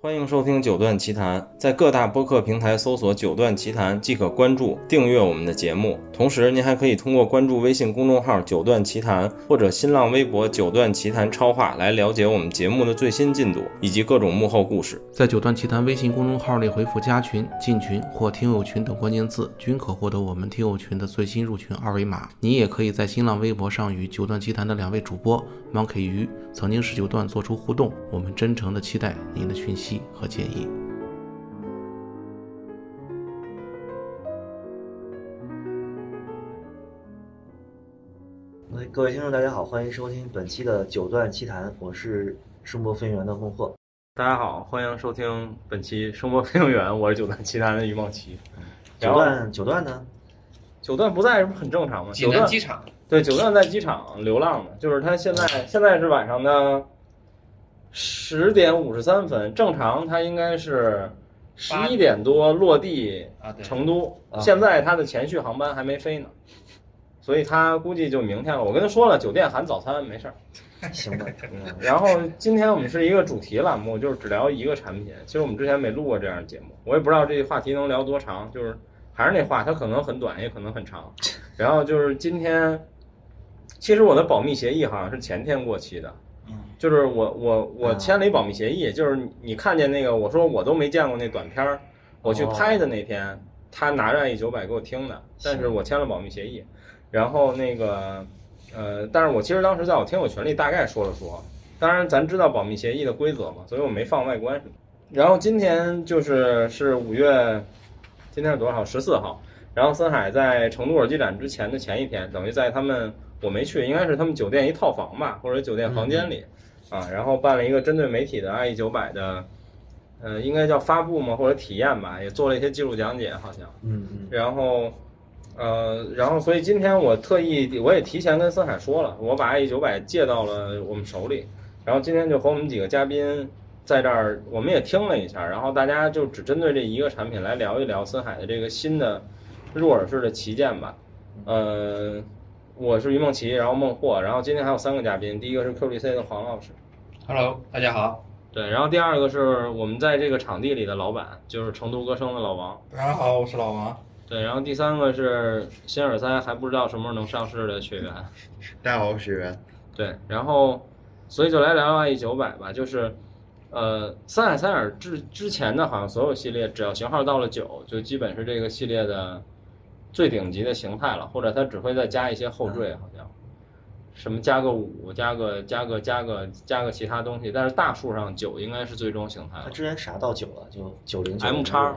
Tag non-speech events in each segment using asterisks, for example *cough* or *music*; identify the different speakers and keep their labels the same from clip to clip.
Speaker 1: 欢迎收听《九段奇谈》，在各大播客平台搜索“九段奇谈”即可关注、订阅我们的节目。同时，您还可以通过关注微信公众号“九段奇谈”或者新浪微博“九段奇谈超话”来了解我们节目的最新进度以及各种幕后故事。
Speaker 2: 在九段奇谈微信公众号内回复“加群”“进群”或“听友群”等关键字，均可获得我们听友群的最新入群二维码。你也可以在新浪微博上与九段奇谈的两位主播 Monkey 鱼曾经十九段做出互动。我们真诚的期待您的讯息和建议。
Speaker 3: 喂，各位听众，大家好，欢迎收听本期的《九段奇谈》，我是声波飞行员的孟获。
Speaker 1: 大家好，欢迎收听本期《声波飞行员》，我是九段奇谈的于梦琪。
Speaker 3: 九段，九段呢？
Speaker 1: 九段不在，这不很正常吗？
Speaker 4: 济
Speaker 1: 九
Speaker 4: 南
Speaker 1: 段
Speaker 4: 机场，
Speaker 1: 对九段在机场流浪的，就是他现在现在是晚上的十点五十三分，正常他应该是十
Speaker 4: 八
Speaker 1: 一点多落地
Speaker 4: 啊对
Speaker 1: 成都，
Speaker 3: 啊
Speaker 1: 现在他的前续航班还没飞呢，所以他估计就明天了。我跟他说了，酒店含早餐没事儿。
Speaker 3: 行吧，
Speaker 1: 嗯，然后今天我们是一个主题栏目，就是只聊一个产品。其实我们之前没录过这样的节目，我也不知道这话题能聊多长。就是还是那话，它可能很短，也可能很长。然后就是今天，其实我的保密协议好像是前天过期的，
Speaker 4: 嗯，
Speaker 1: 就是我我我
Speaker 3: 啊
Speaker 1: 签了一保密协议，就是你看见那个我说我都没见过那短片儿，我去
Speaker 3: 哦
Speaker 1: 拍的那天，他拿着 i 九百给我听的，但是我签了保密协议，然后那个呃，但是我其实当时在我听友群里大概说了说，当然咱知道保密协议的规则嘛，所以我没放外观什么。然后今天就是是五月，今天是多少？十四号。然后森海在成都耳机展之前的前一天，等于在他们我没去，应该是他们酒店一套房吧，或者酒店房间里，啊，然后办了一个针对媒体的 IE 九百的，呃，应该叫发布嘛，或者体验吧，也做了一些技术讲解，好像。
Speaker 3: 嗯嗯，
Speaker 1: 然后，呃，然后所以今天我特意我也提前跟森海说了，我把 IE 九百借到了我们手里，然后今天就和我们几个嘉宾在这儿，我们也听了一下，然后大家就只针对这一个产品来聊一聊森海的这个新的入耳式的旗舰吧。呃，我是于梦琪，然后孟获，然后今天还有三个嘉宾，第一个是 QDC 的黄老师。
Speaker 4: Hello，大家好，
Speaker 1: 对，然后第二个是我们在这个场地里的老板，就是成都歌声的老王。
Speaker 4: 大家好，我是老王，
Speaker 1: 对，然后第三个是新耳塞还不知道什么时候能上市的学员。
Speaker 5: 大家好，我是袁。
Speaker 1: 对，然后所以就来聊聊 IE 九百吧，就是呃，森海塞尔之之前的好像所有系列，只要型号到了九，就基本是这个系列的最顶级的形态了，或者它只会再加一些后缀，好像什么加个五，加个加个加个加个其他东西，但是大数上九应该是最终形态
Speaker 3: 他
Speaker 1: 了。
Speaker 3: 之前啥到九了？就九零九
Speaker 1: M 叉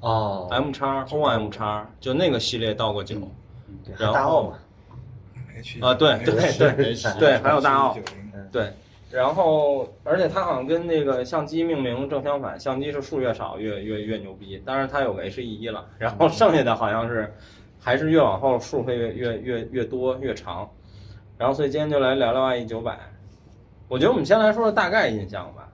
Speaker 3: 哦
Speaker 1: M 叉 O M 叉，就那个系列到过九。
Speaker 3: 对，还
Speaker 1: 然后
Speaker 3: 大奥嘛，
Speaker 1: 啊对对对对还有大奥
Speaker 5: 90，
Speaker 1: 对，然后而且它好像跟那个相机命名正相反，相机是数越少越越越牛逼，当然它有个 H E 一了，然后剩下的好像是还是越往后数会越越越越多越长，然后所以今天就来聊聊 IE 九百，我觉得我们先来说说大概印象吧，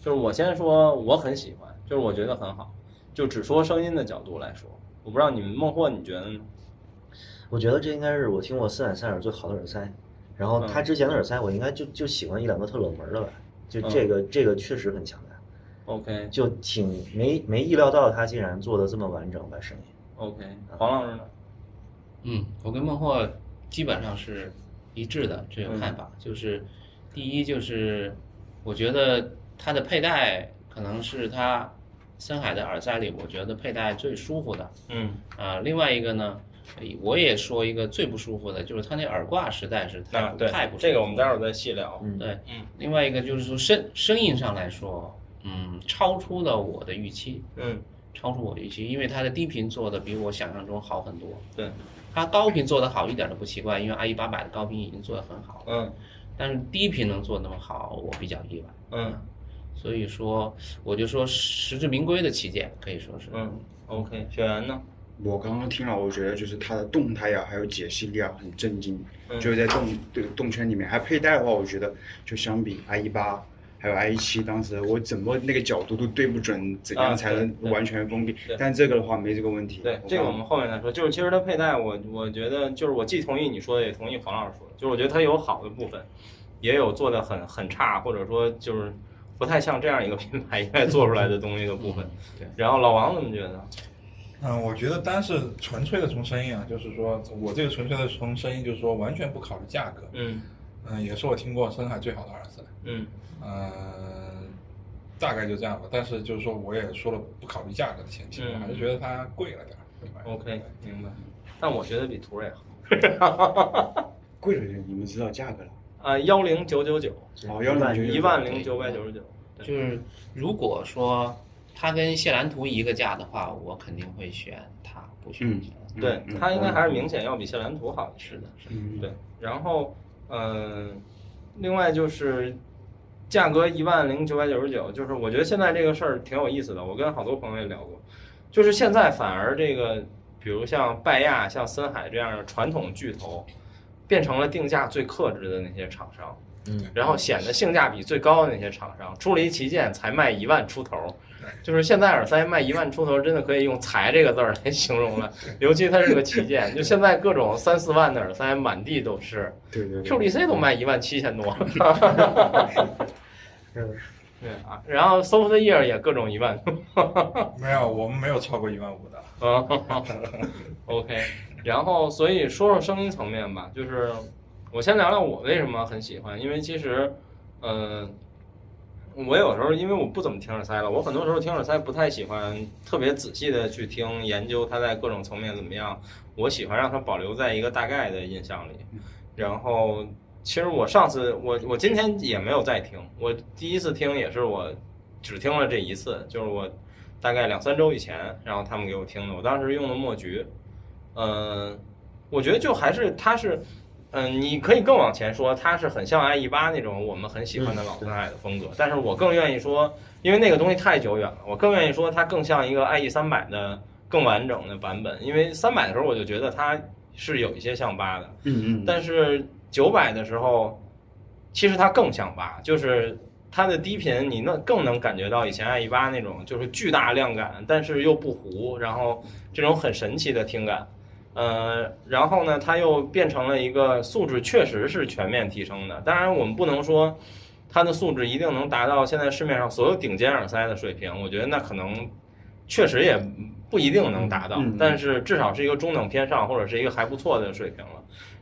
Speaker 1: 就是我先说我很喜欢，就是我觉得很好，就只说声音的角度来说，我不知道你们孟获你觉得呢？
Speaker 3: 我觉得这应该是我听过斯坦塞尔最好的耳塞。然
Speaker 1: 嗯
Speaker 3: 后他之前的耳塞，我应该就就喜欢一两个特冷门的吧。就
Speaker 1: 嗯
Speaker 3: 这个，这个确实很强大，
Speaker 1: ？OK
Speaker 3: 就挺没没意料到他竟然做的这么完整吧声音。
Speaker 1: OK，黄老师呢？
Speaker 4: 嗯，我跟孟获基本上是一致的这个看
Speaker 1: 嗯
Speaker 4: 法，就是第一就是我觉得它的佩戴可能是它森海的耳塞里，我觉得佩戴最舒服的
Speaker 1: 嗯，
Speaker 4: 啊、另外一个呢。我也说一个最不舒服的，就是它那耳挂实在是
Speaker 1: 那
Speaker 4: 太不、
Speaker 1: 啊对
Speaker 4: 太不舒服
Speaker 1: 这
Speaker 4: 了。
Speaker 1: 个我们待会儿再细聊。
Speaker 3: 嗯，
Speaker 4: 对，
Speaker 1: 嗯，
Speaker 4: 另外一个就是说声声音上来说，嗯，超出了我的预期，
Speaker 1: 嗯，
Speaker 4: 超出我的预期，因为它的低频做的比我想象中好很多。
Speaker 1: 对，
Speaker 4: 它高频做的好一点都不奇怪，因为 IE 八百的高频已经做得很好了，
Speaker 1: 嗯
Speaker 4: 但是低频能做那么好，我比较意外。
Speaker 1: 嗯
Speaker 4: 所以说，我就说实至名归的旗舰，可以说是。
Speaker 1: 嗯，OK，学员呢？
Speaker 5: 我刚刚听了，我觉得就是它的动态呀、还有解析力啊，很震惊。
Speaker 1: 嗯
Speaker 5: 就是在动对动圈里面，还佩戴的话，我觉得就相比 i 一八还有 i 一七，当时我怎么那个角度都对不准，怎
Speaker 1: 啊
Speaker 5: 样才能
Speaker 1: 对对
Speaker 5: 完全封闭
Speaker 1: 对？
Speaker 5: 但这个的话没这个问题。
Speaker 1: 对，这个我们后面再说。就是其实它佩戴我，我觉得就是我既同意你说的，也同意黄老师说的，就是我觉得它有好的部分，也有做的很很差，或者说就是不太像这样一个 *laughs* 品牌应该做出来的东西的部分。
Speaker 4: 嗯对
Speaker 1: 然后老王怎么觉得？
Speaker 6: 嗯，我觉得单是纯粹的从生意啊，就是说我这个纯粹的从生意，就是说完全不考虑价格，
Speaker 1: 嗯
Speaker 6: 嗯，也是我听过深海最好的二十三，
Speaker 1: 嗯
Speaker 6: 嗯，大概就这样吧。但是就是说我也说了不考虑价格的前提，
Speaker 1: 嗯
Speaker 6: 我还是觉得它贵了点儿。对吧
Speaker 1: ，OK，明白。但我觉得比途锐好。
Speaker 5: 贵了点，你们知道价格了。
Speaker 1: 啊，幺零九九九，
Speaker 5: 哦，幺零九
Speaker 1: 一万零九百九十九。
Speaker 4: 就
Speaker 1: 对
Speaker 4: 是如果说它跟谢兰图一个价的话，我肯定会选它，不选
Speaker 5: 嗯
Speaker 4: 谢兰图。
Speaker 1: 对，它
Speaker 4: 嗯
Speaker 1: 应该还是明显要比谢兰图好一些。
Speaker 4: 是的，是的。
Speaker 5: 嗯，
Speaker 1: 对，然后嗯、呃另外就是价格一万零九百九十九，就是我觉得现在这个事儿挺有意思的，我跟好多朋友也聊过，就是现在反而这个，比如像拜亚、像森海这样的传统巨头，变成了定价最克制的那些厂商。
Speaker 3: 嗯，
Speaker 1: 然后显得性价比最高的那些厂商，出了一旗舰才卖一万出头，就是现在耳塞卖一万出头，真的可以用“才”这个字儿来形容了。尤其它是个旗舰，就现在各种三四万的耳塞满地都是
Speaker 5: 对对对。
Speaker 1: ，QDC 都卖一万七千多， *laughs*
Speaker 3: 嗯
Speaker 1: 对啊，然后 Softear 也各种一万
Speaker 6: 没有，我们没有超过一万五的。
Speaker 1: 啊 *laughs* ，OK，然后所以说说声音层面吧，就是我先聊聊我为什么很喜欢，因为其实，嗯、我有时候因为我不怎么听耳塞了，我很多时候听耳塞不太喜欢特别仔细的去听研究它在各种层面怎么样，我喜欢让它保留在一个大概的印象里，然后。其实我上次我我今天也没有再听，我第一次听也是我只听了这一次，就是我大概两三周以前，然后他们给我听的，我当时用的墨菊，嗯、我觉得就还是它是，嗯、你可以更往前说，它是很像 i 一八那种我们很喜欢的老森海的风格，但是我更愿意说，因为那个东西太久远了，我更愿意说它更像一个 i e 三百的更完整的版本，因为三百的时候我就觉得它是有一些像八的，
Speaker 5: 嗯嗯。
Speaker 1: 但是九百的时候，其实它更像八，就是它的低频，你能更能感觉到以前 i 一八那种就是巨大量感，但是又不糊，然后这种很神奇的听感。呃，然后呢，它又变成了一个素质确实是全面提升的。当然，我们不能说它的素质一定能达到现在市面上所有顶尖耳塞的水平，我觉得那可能确实也不一定能达到，
Speaker 5: 嗯嗯
Speaker 1: 但是至少是一个中等偏上或者是一个还不错的水平了。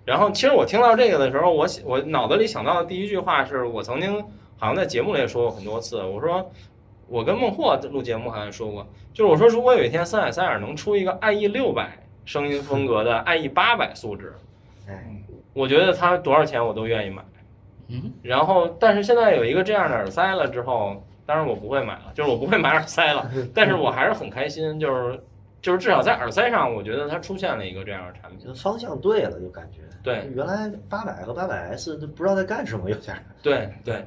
Speaker 1: 然后，其实我听到这个的时候，我我脑子里想到的第一句话是我曾经好像在节目里也说过很多次，我说我跟孟获录节目好像说过，就是我说如果有一天森海塞尔能出一个 IE 六百声音风格的 IE 八百素质，
Speaker 3: 哎，
Speaker 1: 我觉得它多少钱我都愿意买。
Speaker 4: 嗯，
Speaker 1: 然后，但是现在有一个这样的耳塞了之后，当然我不会买了，就是我不会买耳塞了，但是我还是很开心，就是就是至少在耳塞上，我觉得它出现了一个这样的产品。
Speaker 3: 就方向对了，就感觉
Speaker 1: 对
Speaker 3: 原来八百和八百 S 都不知道在干什么，有点儿
Speaker 1: 对对，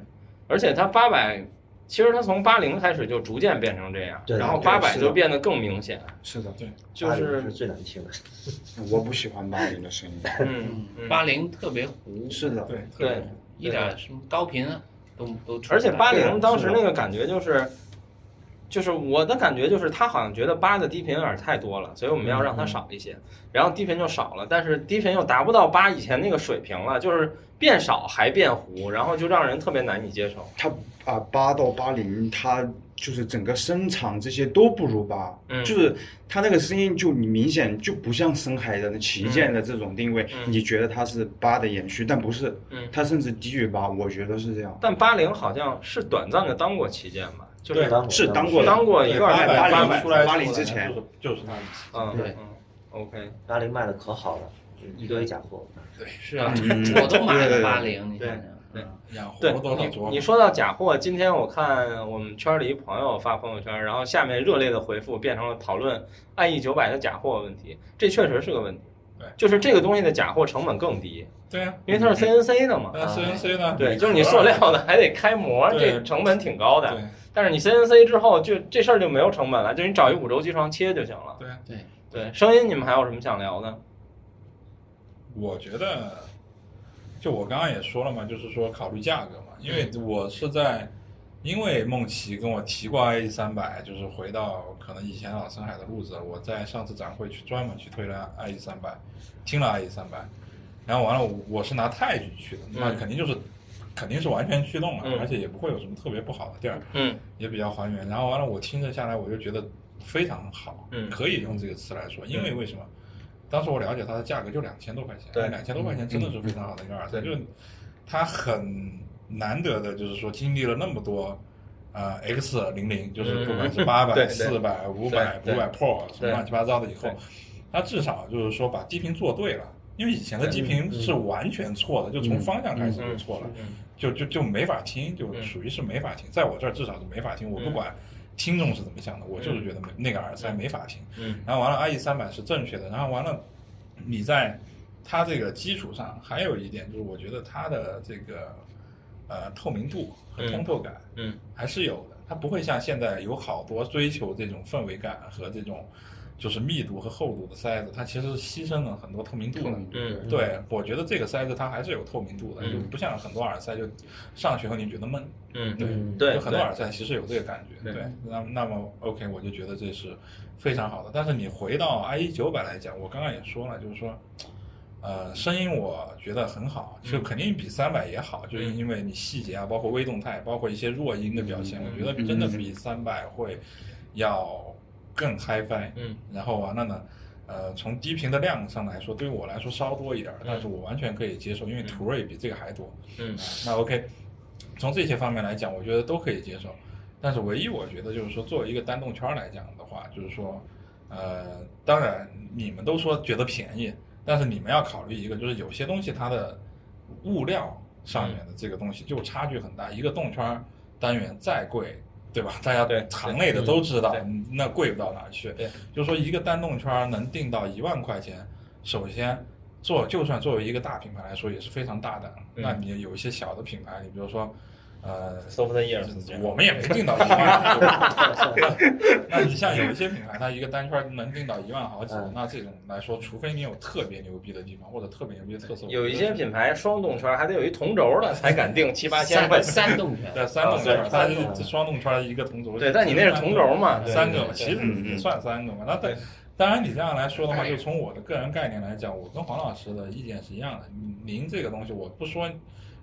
Speaker 1: 而且它八百，其实它从八零开始就逐渐变成这样，
Speaker 3: 对
Speaker 1: 然后
Speaker 5: 对
Speaker 1: 八百
Speaker 5: 是的
Speaker 1: 就变得更明显，
Speaker 5: 是的，
Speaker 1: 就
Speaker 3: 80
Speaker 1: 是
Speaker 3: 是最难听的。
Speaker 5: 我不喜欢八零的声音。
Speaker 1: 嗯嗯
Speaker 4: 八零特别糊，
Speaker 5: 是
Speaker 3: 嗯
Speaker 5: 的，
Speaker 6: 对，
Speaker 1: 对
Speaker 6: 特别
Speaker 4: 一点什么高频都都出不来。啊
Speaker 1: 而且八零当时那个感觉就是，就是我的感觉就是他好像觉得八的低频有点太多了，所以我们要让它少一些，然后低频就少了，但是低频又达不到八以前那个水平了，就是变少还变糊，然后就让人特别难以接受。
Speaker 5: 它啊，八到八零，它就是整个声场这些都不如八，
Speaker 1: 嗯
Speaker 5: 就是它那个声音就你明显就不像深海的那旗舰的这种定位，
Speaker 1: 嗯
Speaker 5: 你觉得它是八的延续，但不是，
Speaker 1: 嗯
Speaker 5: 它甚至低于八，我觉得是这样。
Speaker 1: 但八零好像是短暂的当过旗舰吧，就是
Speaker 6: 对
Speaker 3: 当我
Speaker 5: 是
Speaker 3: 当
Speaker 5: 当
Speaker 3: 时
Speaker 5: 过的
Speaker 1: 当过一
Speaker 6: 对
Speaker 1: 段时
Speaker 6: 八
Speaker 5: 800
Speaker 1: 间
Speaker 6: 百
Speaker 1: 800
Speaker 5: 八百
Speaker 6: 零出来
Speaker 5: 八零之前
Speaker 6: 就是就是它的
Speaker 1: 嗯
Speaker 4: 对
Speaker 1: 嗯，OK，
Speaker 3: 八零卖的可好了，一堆假货。
Speaker 4: 是啊，
Speaker 5: 嗯
Speaker 4: 我都买
Speaker 5: 对
Speaker 4: 了八零，你啊
Speaker 1: 对
Speaker 4: 想想。
Speaker 1: 对
Speaker 6: 养活
Speaker 1: 对
Speaker 6: 了多少
Speaker 1: 你
Speaker 6: 桌？
Speaker 1: 你说到假货，今天我看我们圈里一朋友发朋友圈，然后下面热烈的回复变成了讨论爱意九百的假货问题，这确实是个问题。
Speaker 6: 对嗯
Speaker 1: 就是这个东西的假货成本更低，
Speaker 6: 对啊呀，
Speaker 1: 因为它是 CNC 的嘛。啊
Speaker 6: 那 CNC 呢？
Speaker 1: 对，就是你塑料的还得开模，
Speaker 6: 对
Speaker 1: 这成本挺高的。
Speaker 6: 对
Speaker 1: 但是你 CNC 之后就这事儿就没有成本了，就你找一五轴机床切就行了。
Speaker 6: 对，
Speaker 4: 对，
Speaker 1: 对，声音你们还有什么想聊的？
Speaker 6: 我觉得，就我刚刚也说了嘛，就是说考虑价格嘛，因为
Speaker 1: 嗯
Speaker 6: 我是在，因为梦琪跟我提过 i E 三百，就是回到可能以前老深海的路子，我在上次展会去专门去推了 i E 三 E 百，听了 i 三百，然后完了我我是拿泰剧去的，那
Speaker 1: 嗯
Speaker 6: 肯定就是肯定是完全驱动了，
Speaker 1: 嗯
Speaker 6: 而且也不会有什么特别不好的地儿，
Speaker 1: 嗯
Speaker 6: 也比较还原。然后完了，我听着下来，我就觉得非常好，
Speaker 1: 嗯
Speaker 6: 可以用这个词来说，因为为什么？当时我了解它的价格就两千多块钱，
Speaker 1: 对
Speaker 6: 两千多块钱真的是非常好的一个耳塞，
Speaker 1: 嗯
Speaker 6: 就是它很难得的，就是说经历了那么多。呃，X 零零就是不管是
Speaker 1: 嗯
Speaker 6: 八
Speaker 1: *laughs*
Speaker 6: 百、
Speaker 1: 对对
Speaker 6: 四百、五百、五
Speaker 1: 对
Speaker 6: 百 Pro 什么
Speaker 1: 对
Speaker 6: 乱七八糟的以后
Speaker 1: 对，
Speaker 6: 它至少就是说把低频做对了，因为以前的低
Speaker 1: 嗯
Speaker 6: 频是完全错的，就从方向开始就错了，就就就没法听，就
Speaker 1: 嗯
Speaker 6: 属于是没法听，在我这儿至少是没法听，我不
Speaker 1: 嗯
Speaker 6: 管听众是怎么想的，我就是觉得没那个耳塞没法听。
Speaker 1: 嗯
Speaker 6: 然后完了，IE 三百是正确的，然后完了，你在它这个基础上还有一点就是，我觉得它的这个呃透明度和通透感，
Speaker 1: 嗯
Speaker 6: 还是有的，它不会像现在有好多追求这种氛围感和这种就是密度和厚度的塞子，它其实是牺牲了很多透明度的。
Speaker 1: 嗯
Speaker 6: 对，我觉得这个塞子它还是有透明度的，
Speaker 1: 嗯
Speaker 6: 就不像很多耳塞就上去后你觉得闷。
Speaker 1: 嗯，
Speaker 6: 对
Speaker 3: 嗯
Speaker 1: 对
Speaker 6: 有很多
Speaker 1: 对
Speaker 6: 耳塞其实有这个感觉。
Speaker 1: 对
Speaker 6: 对，那那么 OK，我就觉得这是非常好的。但是你回到 IE 九百来讲，我刚刚也说了，就是说。呃，声音我觉得很好，就
Speaker 1: 嗯
Speaker 6: 肯定比三百也好，就是因为你细节啊，包括微动态，包括一些弱音的表现，
Speaker 1: 嗯
Speaker 6: 我觉得真的比三百会要更 HiFi。
Speaker 1: 嗯
Speaker 6: 然后完了呢，呃，从低频的量上来说，对于我来说稍多一点儿，但是我完全可以接受，因为途锐比这个还多。啊
Speaker 1: 嗯
Speaker 6: 那 OK，从这些方面来讲，我觉得都可以接受。但是唯一我觉得就是说，作为一个单动圈儿来讲的话，就是说，呃，当然你们都说觉得便宜，但是你们要考虑一个，就是有些东西它的物料上面的这个东西就差距很大，一个动圈儿单元再贵。对吧？大家
Speaker 1: 对
Speaker 6: 行内的都知道嗯
Speaker 1: 对，
Speaker 6: 那贵不到哪儿去。
Speaker 1: 对
Speaker 6: 就说一个单动圈儿能定到一万块钱，首先做就算作为一个大品牌来说也是非常大胆。
Speaker 1: 嗯
Speaker 6: 那你有一些小的品牌，你比如说，呃，
Speaker 1: ，soft ears 这样
Speaker 6: 我们也没定到一万。对那你像有一些品牌，它一个单圈能定到一万好几
Speaker 3: 嗯，
Speaker 6: 那这种来说，除非你有特别牛逼的地方或者特别牛逼的特色，
Speaker 1: 有一些品牌双动圈还得有一同轴的才敢定七八千块
Speaker 4: 三
Speaker 1: 钱。
Speaker 4: 三动圈，
Speaker 6: 在三动圈
Speaker 1: 哦
Speaker 6: 儿，
Speaker 1: *laughs* 对
Speaker 6: 它
Speaker 3: 三动
Speaker 6: 是双动圈儿一个同轴。
Speaker 1: 对，但你那是同轴嘛？对
Speaker 6: 三个嘛，
Speaker 1: 对嗯
Speaker 6: 其实也算三个嘛。那对
Speaker 1: 对，
Speaker 6: 当然你这样来说的话，就从我的个人概念来讲，我跟黄老师的意见是一样的。您您这个东西，我不说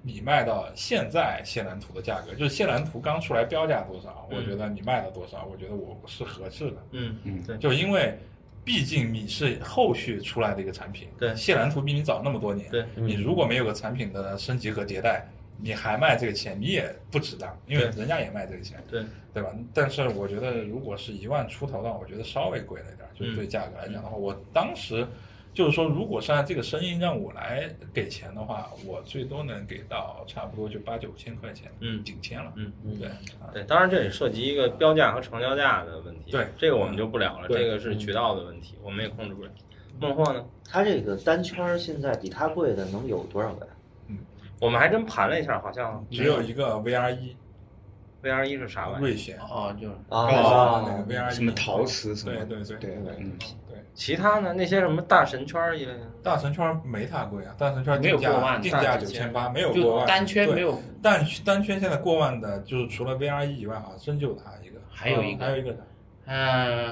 Speaker 6: 你卖到现在谢兰图的价格，就是谢兰图刚出来标价多少，
Speaker 1: 嗯
Speaker 6: 我觉得你卖到多少，我觉得我是合适的。
Speaker 1: 嗯
Speaker 5: 嗯
Speaker 1: 对
Speaker 6: 就因为毕竟你是后续出来的一个产品，
Speaker 1: 对
Speaker 6: 谢兰图比你早那么多年，
Speaker 1: 对
Speaker 3: 嗯
Speaker 6: 你如果没有个产品的升级和迭代，你还卖这个钱，你也不值当，因为
Speaker 1: 对
Speaker 6: 人家也卖这个钱。
Speaker 1: 对，
Speaker 6: 对吧？但是我觉得，如果是一万出头的话，我觉得稍微贵了一点儿，就是
Speaker 1: 嗯
Speaker 6: 对价格来讲的话，我当时就是说，如果是按这个声音让我来给钱的话，我最多能给到差不多就八九千块钱，
Speaker 1: 嗯
Speaker 6: 顶天了，
Speaker 1: 嗯
Speaker 3: 嗯
Speaker 6: 对，啊
Speaker 1: 对，当然这里涉及一个标价和成交价的问题。
Speaker 6: 对
Speaker 1: 这个我们就不聊了，
Speaker 6: 对
Speaker 1: 这个是渠道的问题，我们也控制不了。孟获呢？
Speaker 3: 它这个单圈儿现在比它贵的能有多少个呀？
Speaker 1: 我们还真盘了一下，好像
Speaker 6: 只有一个 VR 一
Speaker 1: VR 一是啥玩意儿？
Speaker 6: 瑞显，
Speaker 4: 哦，就是
Speaker 3: 啊
Speaker 4: 哦
Speaker 6: 刚才说的那个 VR 一
Speaker 5: 什么陶瓷什么
Speaker 6: 对
Speaker 5: 的，
Speaker 6: 对对
Speaker 5: 对嗯，
Speaker 6: 对，
Speaker 1: 其他呢？那些什么大神圈儿一类的？
Speaker 6: 大神圈没它贵啊，大神圈
Speaker 4: 没有
Speaker 6: 定
Speaker 4: 过
Speaker 6: 价
Speaker 4: 万
Speaker 6: 定价
Speaker 1: 大
Speaker 6: 九
Speaker 1: 几千
Speaker 6: 千八，没有过
Speaker 4: 就
Speaker 1: 啊
Speaker 6: 万，
Speaker 4: 单圈
Speaker 6: 对
Speaker 4: 没有，
Speaker 6: 但单圈现在过万的，就是除了 VR 一以外，好像真就它一个，嗯
Speaker 4: 还有一个
Speaker 6: 还有一个啥？
Speaker 4: 呃，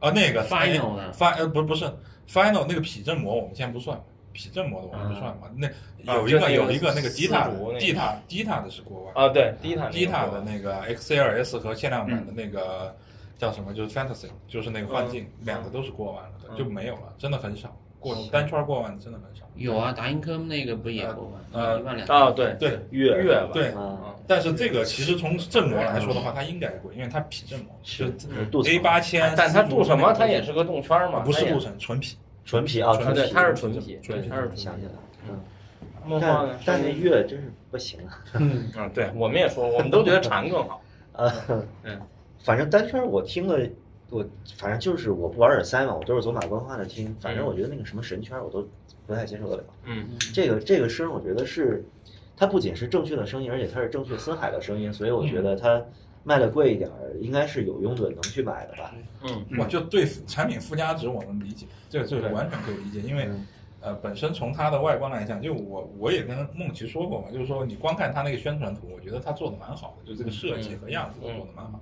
Speaker 6: 哦，那个
Speaker 4: Final 呢
Speaker 6: f i 呃不不是 final 那个皮振膜我们先不算，皮振膜的我们
Speaker 4: 啊
Speaker 6: 不算嘛。那有一
Speaker 1: 就
Speaker 6: 个
Speaker 1: 那个
Speaker 6: 有一个那个
Speaker 1: 四
Speaker 6: 迪塔
Speaker 1: 足那个
Speaker 6: 迪塔迪塔的是国外，
Speaker 1: 啊，对，低塔
Speaker 6: 迪塔的
Speaker 1: 那
Speaker 6: 那个 XLS 和限量版的那个
Speaker 1: 嗯
Speaker 6: 叫什么？就是 Fantasy，就是那个幻境，两个都是过万了的，
Speaker 1: 嗯
Speaker 6: 就没有了，真的很少过单圈过万的真的很少。
Speaker 4: 有
Speaker 1: 嗯
Speaker 4: 啊，达音科那个不也
Speaker 6: 呃
Speaker 4: 过吗？
Speaker 6: 呃
Speaker 4: 一万两
Speaker 1: 个。啊，对
Speaker 6: 对
Speaker 1: 月月吧，
Speaker 6: 对，
Speaker 3: 啊，
Speaker 6: 但是这个其实从振膜来说的话，它应该贵，因为它皮振膜就是
Speaker 1: 嗯
Speaker 3: 镀层
Speaker 6: A 八千，
Speaker 1: 但它镀什么？它也
Speaker 6: 是
Speaker 1: 是个动圈儿嘛，
Speaker 6: 不是
Speaker 1: 它也
Speaker 6: 镀层纯皮。
Speaker 3: 纯皮啊，
Speaker 1: 啊
Speaker 3: 纯
Speaker 1: 对，
Speaker 3: 皮，
Speaker 1: 它是纯皮，
Speaker 6: 纯
Speaker 1: 对，
Speaker 6: 皮
Speaker 1: 它是纯
Speaker 3: 想
Speaker 1: 皮
Speaker 3: 起来。了，嗯，
Speaker 1: 梦幻啊
Speaker 3: 但
Speaker 1: 呢？
Speaker 3: 但那月真是不行啊，
Speaker 1: 啊，对，我们也说，我们都觉得蝉更好。
Speaker 3: 呃，
Speaker 1: 嗯，
Speaker 3: 反正单圈儿我听了，我反正就是我不玩耳塞嘛，我都是走马观花的听，反正我觉得那个什么神圈儿我都不太接受得了。
Speaker 1: 嗯
Speaker 3: 这个这个声我觉得是，它不仅是正确的声音，而且它是正确森海的声音，所以我觉得它卖的贵一点儿，应该是有用的能去买的吧。
Speaker 1: 嗯
Speaker 6: 我就对产品附加值我能理解，这个这个完全可以理解，因为
Speaker 3: 嗯
Speaker 6: 呃本身从它的外观来讲，就我我也跟梦琪说过嘛，就是说你光看它那个宣传图，我觉得它做的蛮好的，就这个设计和样子
Speaker 1: 嗯
Speaker 6: 都做的蛮好。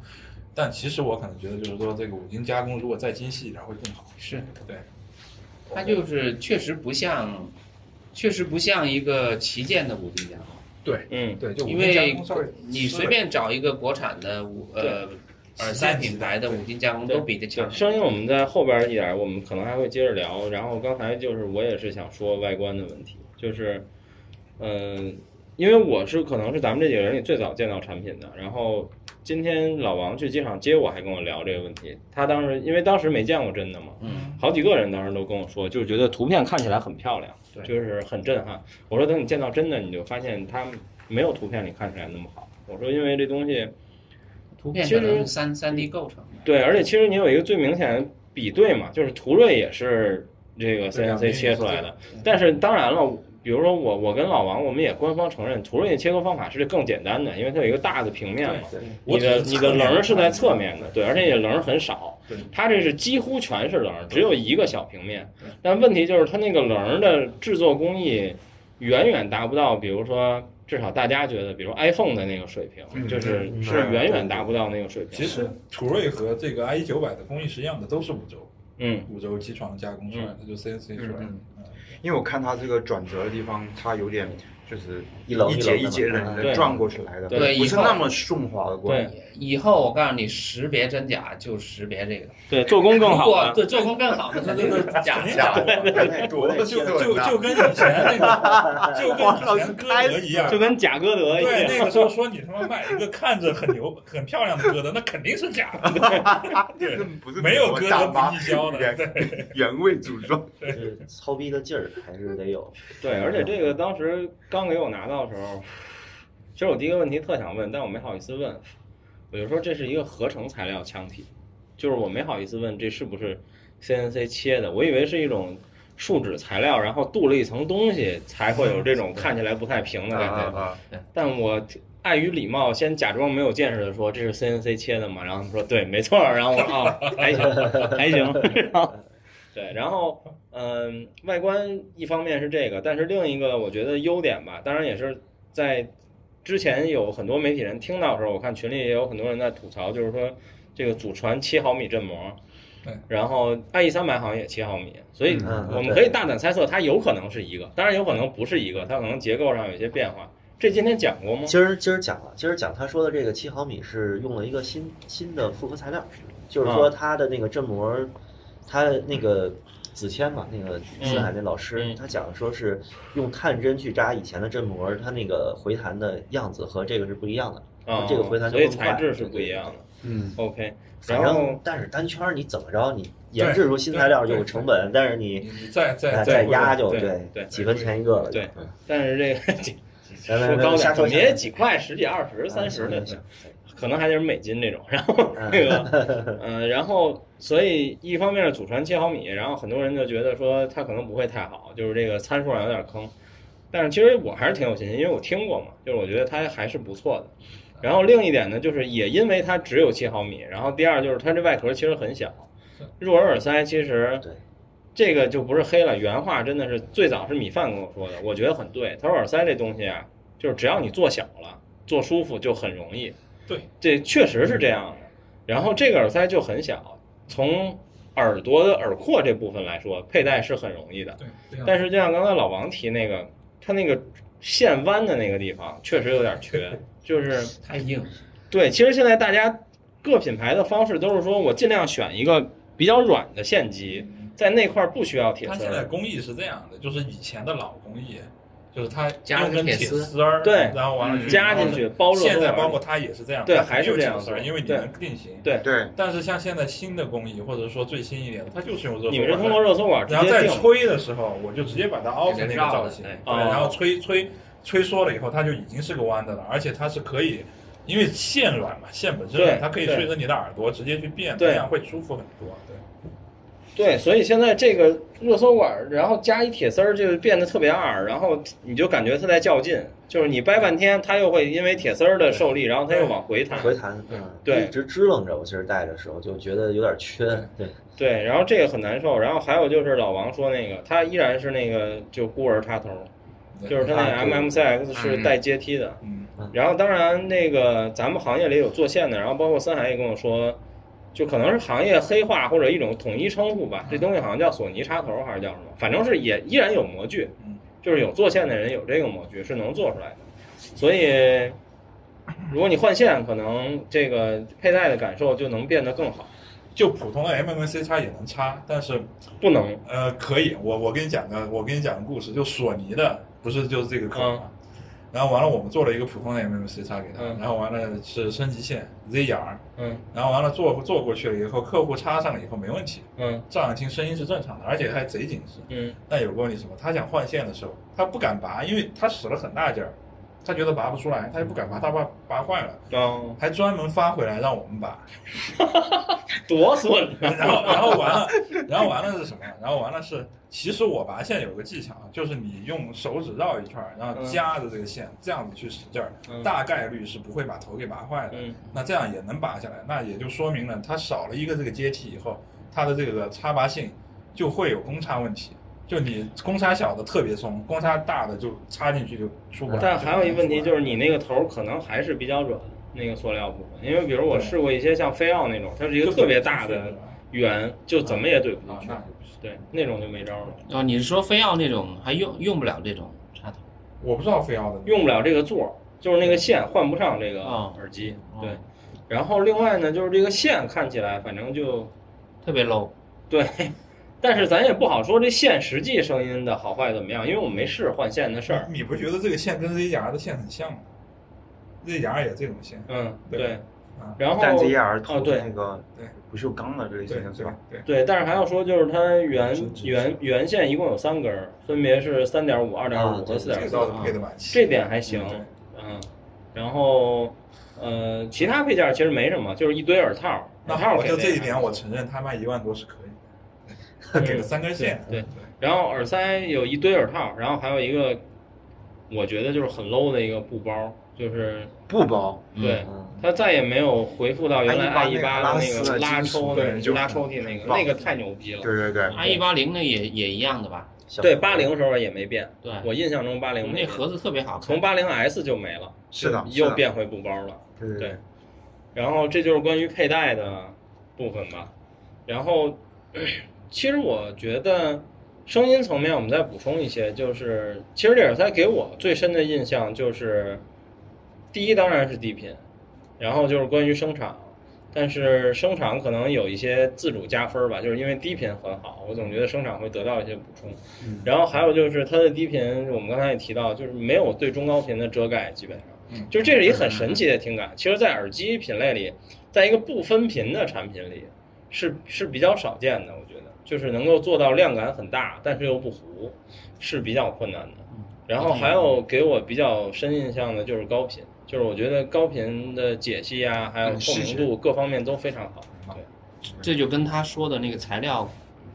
Speaker 6: 但其实我可能觉得就是说这个五金加工如果再精细一点会更好。
Speaker 4: 是，
Speaker 6: 对，
Speaker 4: 它就是确实不像，确实不像一个旗舰的五金加工，
Speaker 6: 对
Speaker 1: 嗯，
Speaker 6: 对，就五
Speaker 4: 因
Speaker 6: 金加
Speaker 4: 为
Speaker 6: 工稍微
Speaker 4: 你随便找一个国产的五呃耳塞品牌的五金加工
Speaker 1: 对
Speaker 4: 都比这强。
Speaker 1: 声音我们在后边一点，我们可能还会接着聊。然后刚才就是我也是想说外观的问题，就是，嗯、因为我是可能是咱们这几个人里最早见到产品的。然后今天老王去机场接我，还跟我聊这个问题。他当时因为当时没见过真的嘛，
Speaker 4: 嗯，
Speaker 1: 好几个人当时都跟我说，就是觉得图片看起来很漂亮，
Speaker 4: 对
Speaker 1: 就是很震撼。我说等你见到真的，你就发现它没有图片里看起来那么好。我说因为这东西，
Speaker 4: 图片
Speaker 1: 其
Speaker 4: 可
Speaker 1: 实
Speaker 4: 能是三三 D 构成的。
Speaker 1: 对，而且其实你有一个最明显的比对嘛，就是途锐也是这个
Speaker 6: 对两
Speaker 1: CNC
Speaker 6: 边也是
Speaker 1: 切出来的
Speaker 6: 嗯
Speaker 4: 对，
Speaker 1: 但是当然了。比如说我，我跟老王，我们也官方承认，途锐的切割方法是更简单的，因为它有一个大的平面嘛，
Speaker 6: 对对
Speaker 1: 你的
Speaker 6: 我只
Speaker 1: 你的棱儿是在侧面的，
Speaker 6: 对，
Speaker 1: 对，而且也棱儿很少
Speaker 6: 对，
Speaker 1: 它这是几乎全是棱儿，只有一个小平面
Speaker 6: 对。
Speaker 1: 但问题就是它那个棱儿的制作工艺远远达不到，比如说至少大家觉得，比如 iPhone 的那个水平，
Speaker 6: 嗯
Speaker 1: 就是
Speaker 3: 嗯
Speaker 1: 是远远达不到那个水
Speaker 6: 其
Speaker 1: 平。
Speaker 6: 实途锐和这个 IE 九百的工艺是一样的，都是五轴
Speaker 1: 嗯，
Speaker 6: 五轴机床加工出来的，就 CNC 出来的
Speaker 5: 嗯。
Speaker 6: *laughs*
Speaker 5: 因为我看它这个转折的地方，它有点就是
Speaker 3: 一棱
Speaker 5: 一
Speaker 3: 一
Speaker 5: 节
Speaker 3: 棱
Speaker 5: 一节
Speaker 3: 的
Speaker 5: 的
Speaker 3: 嘛
Speaker 1: 对
Speaker 5: 转过去来的，
Speaker 1: 对
Speaker 5: 不
Speaker 4: 以
Speaker 5: 是
Speaker 4: 后
Speaker 5: 那么顺滑的过来。
Speaker 1: 对
Speaker 4: 以后我告诉你，识别真假就识别这个，
Speaker 1: 对，做工更
Speaker 4: 如 *laughs* 果
Speaker 1: 好了。
Speaker 4: 对做工更好的，那就是
Speaker 1: *laughs*
Speaker 4: 假
Speaker 6: 肯定假
Speaker 4: 假的。
Speaker 6: 的
Speaker 5: 太多了，
Speaker 6: 就
Speaker 5: 就
Speaker 6: 就就跟以前那个，就跟以前歌德一样
Speaker 1: 就。跟贾歌德一
Speaker 6: 对，
Speaker 1: 样，
Speaker 6: 那个时候说你他妈买一个看着很牛、很漂亮的歌德，那肯定是假的，
Speaker 5: 这根本不是
Speaker 6: 没有
Speaker 5: 美国
Speaker 6: 歌
Speaker 5: 大
Speaker 6: 德
Speaker 5: 妈
Speaker 6: 不易教的。
Speaker 5: 原
Speaker 6: 对，
Speaker 5: 原味组装，
Speaker 3: 就是操逼的劲儿还是得有。
Speaker 1: 对，而且这个当时刚给我拿到的时候，其实我第一个问题特想问，但我没好意思问，我就说这是一个合成材料腔体，就是我没好意思问这是不是 CNC 切的，我以为是一种树脂材料，然后镀了一层东西才会有这种看起来不太平的感觉。
Speaker 5: 啊
Speaker 1: 但我碍于礼貌，先假装没有见识的说这是 CNC 切的嘛，然后他们说对，没错儿，然后我说哦，还行，还行，然后对，然后嗯、外观一方面是这个，但是另一个我觉得优点吧，当然也是在之前有很多媒体人听到的时候，我看群里也有很多人在吐槽，就是说这个祖传七毫米振膜
Speaker 6: 对。
Speaker 1: 然后 IE 三百好像也七毫米，所以
Speaker 3: 嗯
Speaker 1: 我们可以大胆猜测，它有可能是一个，当然有可能不是一个，它可能结构上有一些变化。这今天讲过吗？
Speaker 3: 今儿今儿讲了，今儿讲他说的这个七毫米是用了一个新新的复合材料，就是说
Speaker 1: 啊
Speaker 3: 它的那个振膜，它那个子谦嘛，那个四海那老师，
Speaker 1: 嗯
Speaker 3: 他讲说是用探针去扎以前的振膜，它那个回弹的样子和这个是不一样的，
Speaker 1: 啊，
Speaker 3: 这个回弹就
Speaker 1: 所以
Speaker 3: 更
Speaker 1: 材
Speaker 3: 快
Speaker 1: 质是不一样的。
Speaker 5: 嗯，
Speaker 1: OK，
Speaker 3: 反
Speaker 1: 然
Speaker 3: 正
Speaker 1: 后
Speaker 3: 但是单圈儿你怎么着，你研制出新材料有成本，但是你
Speaker 6: 你再
Speaker 3: 哎
Speaker 6: 再
Speaker 3: 再
Speaker 6: 过
Speaker 3: 压
Speaker 6: 来
Speaker 3: 就
Speaker 1: 对对
Speaker 3: 对几分钱一个了，
Speaker 1: 对
Speaker 3: 嗯
Speaker 1: 但是
Speaker 3: *laughs*
Speaker 1: 这个
Speaker 3: 来来
Speaker 1: *laughs* 说
Speaker 3: 来
Speaker 1: 高
Speaker 3: 瞎
Speaker 1: 点，
Speaker 3: 说
Speaker 1: 怎么也
Speaker 3: 瞎说
Speaker 1: 几块，十几、二十、三十
Speaker 3: 啊
Speaker 1: 的
Speaker 3: 行，行嗯
Speaker 1: 可能还得是美金这种。然后
Speaker 3: 行
Speaker 1: *laughs* 那
Speaker 3: *laughs*
Speaker 1: 个，呃，然后所以一方面是祖传七毫米，然后很多人就觉得说它可能不会太好，就是这个参数上有点坑。但是其实我还是挺有信心，因为我听过嘛，就是我觉得它还是不错的。然后另一点呢，就是也因为它只有七毫米，然后第二就是它这外壳其实很小，入耳耳塞其实
Speaker 3: 嗯对。
Speaker 1: 这个就不是黑了，原话真的是最早是米饭跟我说的，我觉得很对。他说耳塞这东西啊，就是只要你做小了，做舒服就很容易。
Speaker 6: 对，
Speaker 1: 这确实是这样的。然后这个耳塞就很小，从耳朵的耳廓这部分来说，佩戴是很容易的。
Speaker 6: 对，这
Speaker 1: 嗯
Speaker 6: 样
Speaker 1: 但是就像刚才老王提那个，它那个线弯的那个地方确实有点
Speaker 6: *laughs*
Speaker 1: 缺，就是
Speaker 4: 太硬，
Speaker 1: 对，其实现在大家各品牌的方式都是说我尽量选一个比较软的线机，在那块儿不需要铁丝儿。
Speaker 6: 它现在工艺是这样的，就是以前的老工艺，就是它
Speaker 4: 加
Speaker 6: 用
Speaker 4: 了个
Speaker 6: 根
Speaker 4: 铁
Speaker 6: 铁
Speaker 4: 丝
Speaker 6: 丝儿，
Speaker 1: 对
Speaker 6: 然后完了
Speaker 1: 加进去包热缩
Speaker 6: 现在
Speaker 1: 而
Speaker 6: 包
Speaker 1: 已
Speaker 6: 括它也是这样，
Speaker 1: 对
Speaker 6: 它
Speaker 1: 还是
Speaker 6: 没有
Speaker 1: 这样
Speaker 6: 铁丝儿
Speaker 1: 做
Speaker 6: 因为你
Speaker 1: 对
Speaker 6: 能定型。
Speaker 1: 对
Speaker 5: 对，
Speaker 6: 但是像现在新的工艺，或者说最新一点的，它就是用热
Speaker 1: 你
Speaker 6: 缩
Speaker 1: 们是
Speaker 6: 管
Speaker 1: 通过热缩管直
Speaker 6: 然后
Speaker 1: 接
Speaker 6: 在
Speaker 1: 定，
Speaker 6: 吹的时候，我就直接把它凹成那个造型，
Speaker 4: 给它
Speaker 6: 对，
Speaker 4: 绕
Speaker 1: 了对哎
Speaker 6: 然后吹吹吹缩了以后，它就已经是个弯的了，而且它是可以，因为线软嘛，线本身
Speaker 1: 对
Speaker 6: 软，它可以
Speaker 1: 对
Speaker 6: 顺着你的耳朵直接去变，
Speaker 1: 对
Speaker 6: 这样会舒服很多。对，
Speaker 1: 对，所以现在这个热缩管，然后加一铁丝儿，就变得特别二，然后你就感觉它在较劲，就是你掰半天，它又会因为铁丝儿的受力，然后它又往回弹。
Speaker 3: 回弹，嗯，
Speaker 1: 对
Speaker 3: 一直支棱着。我其实戴的时候就觉得有点缺，对，
Speaker 1: 对，然后这个很难受。然后还有就是老王说那个，它依然是那个就孤儿插头，就是它那
Speaker 3: 啊
Speaker 1: MM
Speaker 3: 对
Speaker 1: c X 是带阶梯的。
Speaker 6: 嗯，
Speaker 1: 然后当然那个咱们行业里有做线的，然后包括森海也跟我说，就可能是行业黑化或者一种统一称呼吧，这东西好像叫索尼插头还是叫什么，反正是也依然有模具
Speaker 6: 嗯，
Speaker 1: 就是有做线的人有这个模具是能做出来的。所以如果你换线，可能这个佩戴的感受就能变得更好。
Speaker 6: 就普通的 MMC 叉也能插，但是
Speaker 1: 不能，
Speaker 6: 呃，可以，我我跟你讲个，我跟你讲个故事，就索尼的，不是就是这个口
Speaker 1: 嗯
Speaker 6: 嘛。然后完了，我们做了一个普通的 MMC 叉给他，
Speaker 1: 嗯
Speaker 6: 然后完了是升级线 ZR，
Speaker 1: 嗯
Speaker 6: 然后完了做做过去了以后，客户插上了以后没问题，
Speaker 1: 嗯
Speaker 6: 照样听声音是正常的，而且还贼紧实。
Speaker 1: 嗯
Speaker 6: 但有个问题是什么？他想换线的时候，他不敢拔，因为他使了很大劲儿，他觉得拔不出来，他就不敢拔，他怕拔坏了，
Speaker 1: 哦，
Speaker 6: 还专门发回来让我们拔。
Speaker 1: *laughs*
Speaker 6: *laughs*
Speaker 1: 多损啊！
Speaker 6: 然后然后完了，然后完了是什么？然后完了是，其实我拔线有个技巧，就是你用手指绕一圈儿，然后
Speaker 1: 嗯
Speaker 6: 夹着这个线，这样子去使劲儿，
Speaker 1: 嗯
Speaker 6: 大概率是不会把头给拔坏的。
Speaker 1: 嗯
Speaker 6: 那这样也能拔下来，那也就说明了它少了一个这个阶梯以后，它的这个插拔性就会有公差问题。就你公差小的特别松，公差大的就插进去就出不来。
Speaker 1: 但还有一个问题就是
Speaker 6: 你。
Speaker 1: 你那个头儿可能还是比较软，那个塑料部分，因为比如我试过一些像菲奥那种，它是一个特别大的圆，就怎么也怼不
Speaker 6: 啊
Speaker 1: 进，去
Speaker 6: 那，就不是。
Speaker 1: 对，那种就没招了，
Speaker 4: 哦，你是说非要那种还用用不了这种插头？
Speaker 6: 我不知道非要的
Speaker 1: 用不了这个座儿，就是那个线换不上这个
Speaker 4: 啊
Speaker 1: 耳机，
Speaker 4: 哦
Speaker 1: 对。然后另外呢，就是这个线看起来反正就
Speaker 4: 特别 low。
Speaker 1: 对，但是咱也不好说这线实际声音的好坏怎么样，因为我们没试换线的事儿。
Speaker 6: 你不觉得这个线跟 ZR 的线很像吗？ZR 也这种线，
Speaker 1: 嗯，
Speaker 6: 对
Speaker 1: 对
Speaker 6: 啊。
Speaker 1: 然后
Speaker 3: 但 ZR
Speaker 1: 哦
Speaker 3: 头
Speaker 1: 对
Speaker 3: 那个
Speaker 6: 对
Speaker 3: 不锈钢的这个
Speaker 6: 对
Speaker 3: 形
Speaker 6: 对
Speaker 3: 是吧？
Speaker 6: 对，
Speaker 1: 对，但是还要说，就是它原
Speaker 3: 是是
Speaker 1: 原原线一共有三根儿，分别是三点五、二点
Speaker 3: 啊
Speaker 1: 五
Speaker 3: 对
Speaker 1: 和四
Speaker 6: 这
Speaker 1: 点
Speaker 6: 个
Speaker 1: 四
Speaker 6: 倒是配的蛮齐。
Speaker 1: 这点还行
Speaker 6: 嗯，
Speaker 1: 嗯，然后呃，其他配件其实没什么，就是一堆耳套儿，
Speaker 6: 那
Speaker 1: 耳套儿
Speaker 6: 我
Speaker 1: 给
Speaker 6: 就
Speaker 1: 的
Speaker 6: 这
Speaker 1: 也
Speaker 6: 一点，
Speaker 1: 还不
Speaker 6: 我
Speaker 1: 错
Speaker 6: 承认他卖一万多是可以的，给了三根线。
Speaker 1: 对
Speaker 6: 对，
Speaker 1: 然后耳塞有一堆耳套儿，然后还有一个，我觉得就是很 low 的一个布包，就是
Speaker 3: 不包，
Speaker 1: 对
Speaker 3: 嗯，
Speaker 1: 它再也没有恢复到原来 i 一
Speaker 3: IE8
Speaker 1: 八的那个拉抽
Speaker 3: 拉丝的金属
Speaker 1: 的
Speaker 3: 对就
Speaker 1: 拉抽屉那个，
Speaker 3: 棒
Speaker 1: 那个太牛逼了。
Speaker 3: 对对对，
Speaker 4: i 一八零那也也一样的吧？
Speaker 3: 小
Speaker 1: 对，八零时候也没变，
Speaker 4: 对，
Speaker 1: 我印象中八
Speaker 6: 嗯
Speaker 1: 零没
Speaker 4: 那
Speaker 1: 变，
Speaker 4: 盒子特别好看。
Speaker 1: 从八零 S 就没了，
Speaker 3: 是的，是
Speaker 1: 又
Speaker 3: 的
Speaker 1: 变回布包了。
Speaker 3: 对对
Speaker 1: 对，然后这就是关于佩戴的部分吧。然后， *clears throat* 其实我觉得声音层面，我们再补充一些，就是其实这耳塞给我最深的印象就是，第一当然是低频，然后就是关于声场。但是声场可能有一些自主加分吧，就是因为低频很好，我总觉得声场会得到一些补充。然后还有就是它的低频，我们刚才也提到，就是没有对中高频的遮盖，基本上。就这是一个很神奇的听感。其实，在耳机品类里，在一个不分频的产品里，是是比较少见的。我觉得，就是能够做到量感很大，但是又不糊，是比较困难的。然后还有给我比较深印象的就是高频，就是我觉得高频的解析啊，还有
Speaker 5: 嗯
Speaker 1: 透
Speaker 5: 是
Speaker 1: 明度各方面都非常好。对，
Speaker 4: 这就跟他说的那个材料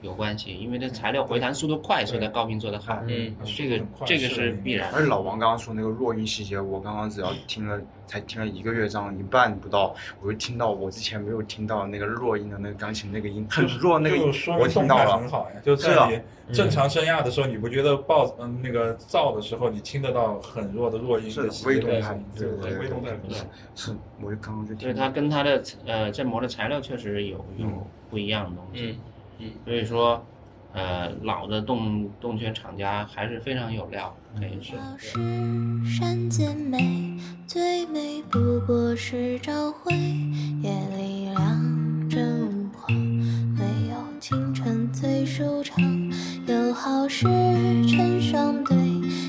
Speaker 4: 有关系，因为这材料回弹速度快，所以它高频做得好。
Speaker 1: 嗯
Speaker 4: 这个
Speaker 6: 快
Speaker 4: 这个是
Speaker 6: 是
Speaker 4: 必然。
Speaker 3: 而且老王刚刚说那个弱音细节，我刚刚只要听了，才听了一个乐章一半不到，我就听到我之前没有听到那个弱音的那个钢琴那个音，很弱那个音
Speaker 6: 就说，
Speaker 3: 我
Speaker 6: 明
Speaker 3: 听
Speaker 6: 动
Speaker 3: 到
Speaker 6: 态
Speaker 3: 了
Speaker 6: 很。好呀，就在
Speaker 3: 是啊嗯的
Speaker 6: 你正常声压的时候，你不觉得爆嗯那个噪的时候，你听得到很弱的弱音
Speaker 3: 是的
Speaker 6: 细节
Speaker 3: 微动态
Speaker 6: 对
Speaker 3: 对对
Speaker 6: 微动态不
Speaker 4: 对
Speaker 6: 是，
Speaker 3: 是，我就刚刚就
Speaker 4: 所以
Speaker 3: 听
Speaker 4: 它
Speaker 3: 到。
Speaker 4: 跟它的呃振膜的材料确实有有
Speaker 3: 嗯
Speaker 4: 不一样的东西。
Speaker 1: 嗯嗯
Speaker 4: 所以说，呃，老的动动圈厂家还是非常有料，这也是。
Speaker 7: 我是山间美，最美不过是朝晖。夜里两枕无话，唯有清晨最舒畅。有好事成双对，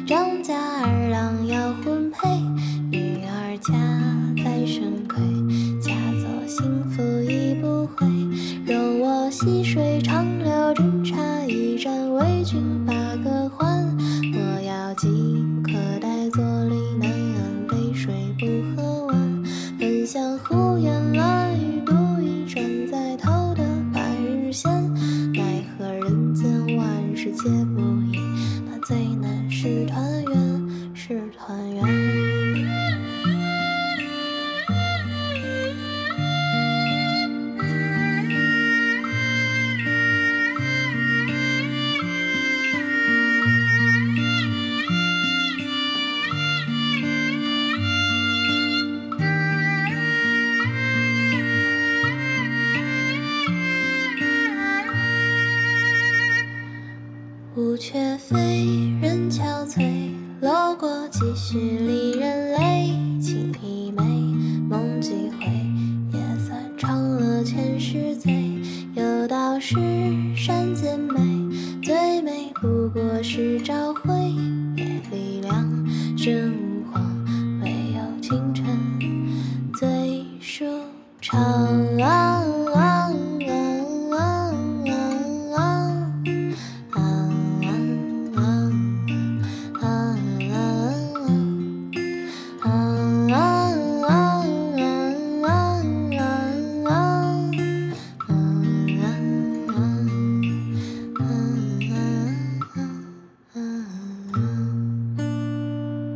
Speaker 7: 张家二郎要婚配，女儿嫁在深闺，嫁作幸福已不悔。容我细水长流，斟茶一盏，为君把歌还。我要饥渴待坐立难安，杯水不喝完。本想胡言乱语，独倚站在头的百日闲，奈何人间万事皆不易，那最难是团圆，是团圆。舞雀飞人憔悴，落过几许离人泪。前是贼，有道是山间美，最美不过是朝晖。 *laughs* 夜里两生无妨，唯有清晨最舒畅。啊啊啊啊啊啊啊啊啊啊啊啊啊啊啊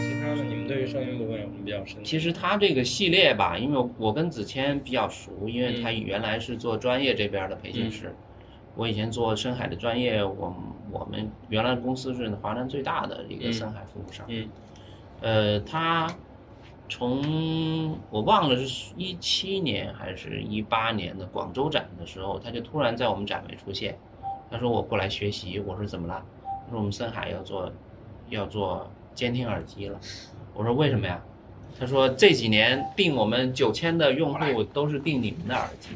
Speaker 1: 其他的你们对于声音部分有什么比较深的？
Speaker 4: 其实他这个系列吧，因为我我跟子谦比较熟，因为他
Speaker 1: 嗯
Speaker 4: 原来是做专业这边的培训师，我以前做深海的专业，我们我们原来公司是华南最大的一个
Speaker 1: 嗯
Speaker 4: 深海服务商，
Speaker 1: 嗯
Speaker 4: 呃，他从我忘了是一七年还是一八年的广州展的时候，他就突然在我们展位出现，他说我过来学习，我说怎么了？他说我们深海要做要做监听耳机了，我说为什么呀？他说这几年订我们九千的用户都是订你们的耳机，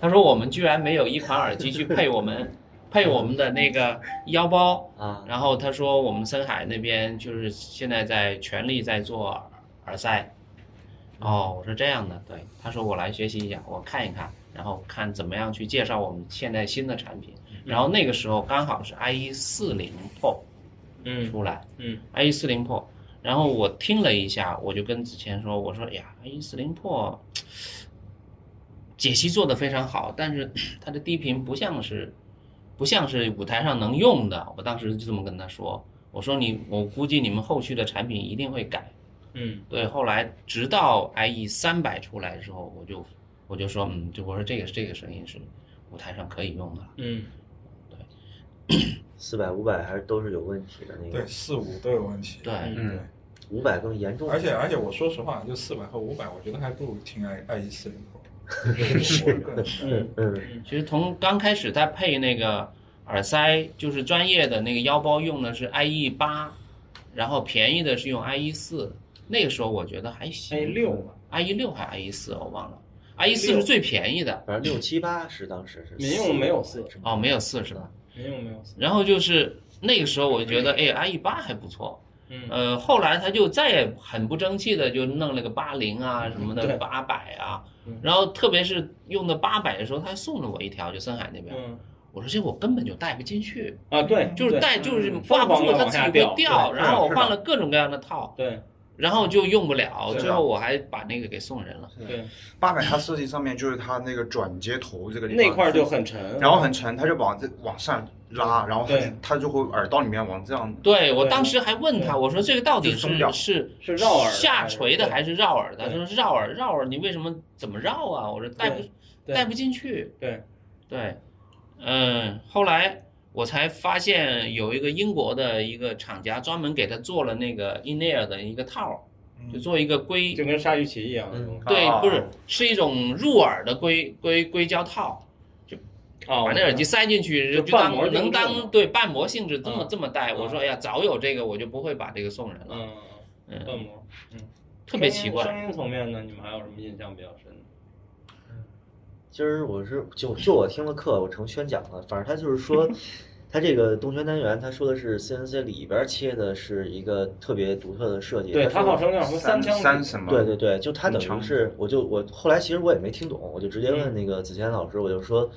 Speaker 4: 他说我们居然没有一款耳机去配我们配我们的那个腰包。
Speaker 3: 啊，
Speaker 4: 然后他说我们深海那边就是现在在全力在做耳塞。哦，我说这样的，对。他说我来学习一下，我看一看，然后看怎么样去介绍我们现在新的产品。然后那个时候刚好是 IE 四零 Pro
Speaker 1: 嗯
Speaker 4: 出来
Speaker 1: 嗯
Speaker 4: ，IE 四零 Pro。然后我听了一下，我就跟子谦说：“我说哎呀，IE 四零 Pro 解析做的非常好，但是 *clears throat* 它的低频不像是不像是舞台上能用的。我当时就这么跟他说，我说你，我估计你们后续的产品一定会改。
Speaker 1: 嗯
Speaker 4: 对，后来直到 IE 三百出来之后，我就我就说，嗯，就我说这个这个声音是舞台上可以用的了。
Speaker 1: 嗯
Speaker 3: 四百五百还是都是有问题的那
Speaker 6: 对
Speaker 3: 个，
Speaker 6: 四五都有问题。
Speaker 4: 对
Speaker 5: 嗯
Speaker 3: 五百更严重。
Speaker 6: 而且而且我说实话，就四百和五百，我觉得还不如听爱爱一四零 Pro。我个人觉得
Speaker 3: 嗯，
Speaker 4: 其实从刚开始他配那个耳塞，就是专业的那个腰包用的是 IE 八，然后便宜的是用 IE 四，那个时候我觉得还行。
Speaker 1: ，A 六嘛，
Speaker 4: ，IE 六还是 IE 四我忘了，IE 四是最便宜的
Speaker 3: 反正六七八是当时是
Speaker 1: 民用没有四
Speaker 4: 哦，没有四是吧？
Speaker 1: 民用没有四，
Speaker 4: 然后就是那个时候我就觉得，哎，IE 八还不错。
Speaker 1: 嗯
Speaker 4: 呃，后来他就再也很不争气的就弄了个八零啊什么
Speaker 1: 对
Speaker 4: 的八百啊
Speaker 1: 嗯，
Speaker 4: 然后特别是用的八百的时候，他还送了我一条，就深海那边，
Speaker 1: 嗯
Speaker 4: 我说这我根本就戴不进去，
Speaker 1: 啊对，
Speaker 4: 就是
Speaker 1: 对
Speaker 4: 戴就是
Speaker 1: 嗯
Speaker 4: 挂
Speaker 1: 疯
Speaker 4: 不
Speaker 1: 狂的
Speaker 4: 住，它
Speaker 1: 往
Speaker 4: 自
Speaker 1: 下
Speaker 4: 己会
Speaker 1: 掉，
Speaker 4: 掉。
Speaker 1: 对
Speaker 4: 然后我
Speaker 1: 是
Speaker 4: 换了各种各样的套，
Speaker 1: 对
Speaker 4: 然后就用不了，
Speaker 1: 是
Speaker 4: 最后我还把那个给送人了。
Speaker 1: 对，
Speaker 5: 八百它设计上面就是它那个转接头这个地方
Speaker 1: 那块儿就很沉，
Speaker 5: 然后很沉，它就往这往上拉，然后它就
Speaker 1: 对
Speaker 5: 它就会耳道里面往这样
Speaker 4: 对我
Speaker 1: 对
Speaker 4: 当时还问他，我说这个到底
Speaker 5: 就松
Speaker 4: 是
Speaker 5: 掉
Speaker 4: 是
Speaker 1: 是绕耳
Speaker 4: 下垂的还
Speaker 1: 还
Speaker 4: 是绕耳的？他
Speaker 1: 对
Speaker 4: 说是绕耳，绕耳你为什么怎么绕啊？我说戴不
Speaker 1: 对
Speaker 4: 戴不进去。
Speaker 1: 对
Speaker 4: 对，嗯，后来我才发现有一个英国的一个厂家专门给他做了那个 in ear 的一个套儿，
Speaker 6: 嗯
Speaker 4: 就做一个龟，
Speaker 1: 就跟鲨鱼鳍一样的
Speaker 3: 嗯
Speaker 1: 东西
Speaker 4: 对
Speaker 5: 啊，
Speaker 4: 不是是一种入耳的硅硅硅胶套，
Speaker 1: 哦，
Speaker 4: 把那耳机塞进去，
Speaker 1: 就
Speaker 4: 就
Speaker 1: 瓣
Speaker 4: 当
Speaker 1: 膜性质
Speaker 4: 能
Speaker 1: 嘛
Speaker 4: 当对瓣膜性质这么
Speaker 1: 嗯
Speaker 4: 这么戴。我说，
Speaker 1: 嗯
Speaker 4: 哎呀，早有这个，我就不会把这个送人了。
Speaker 1: 嗯，
Speaker 4: 嗯，
Speaker 1: 瓣膜
Speaker 4: 特别奇怪。
Speaker 1: 声音层面呢，你们还有什么印象比较深的？
Speaker 3: 今儿我是就就我听了课，我成宣讲了。反正他就
Speaker 1: *laughs*
Speaker 3: 是说，他这个动圈单元，他说的是 CNC 里边儿切的是一个特别独特的设计。
Speaker 1: 对，
Speaker 3: 他
Speaker 1: 它
Speaker 3: 说
Speaker 1: 号称叫什么
Speaker 5: 三
Speaker 1: 枪
Speaker 5: 三什么？
Speaker 3: 对对对，就他
Speaker 5: 很
Speaker 3: 等于
Speaker 5: 长
Speaker 3: 是，我就我后来其实我也没听懂，我就直接问那个子谦老师，我就说，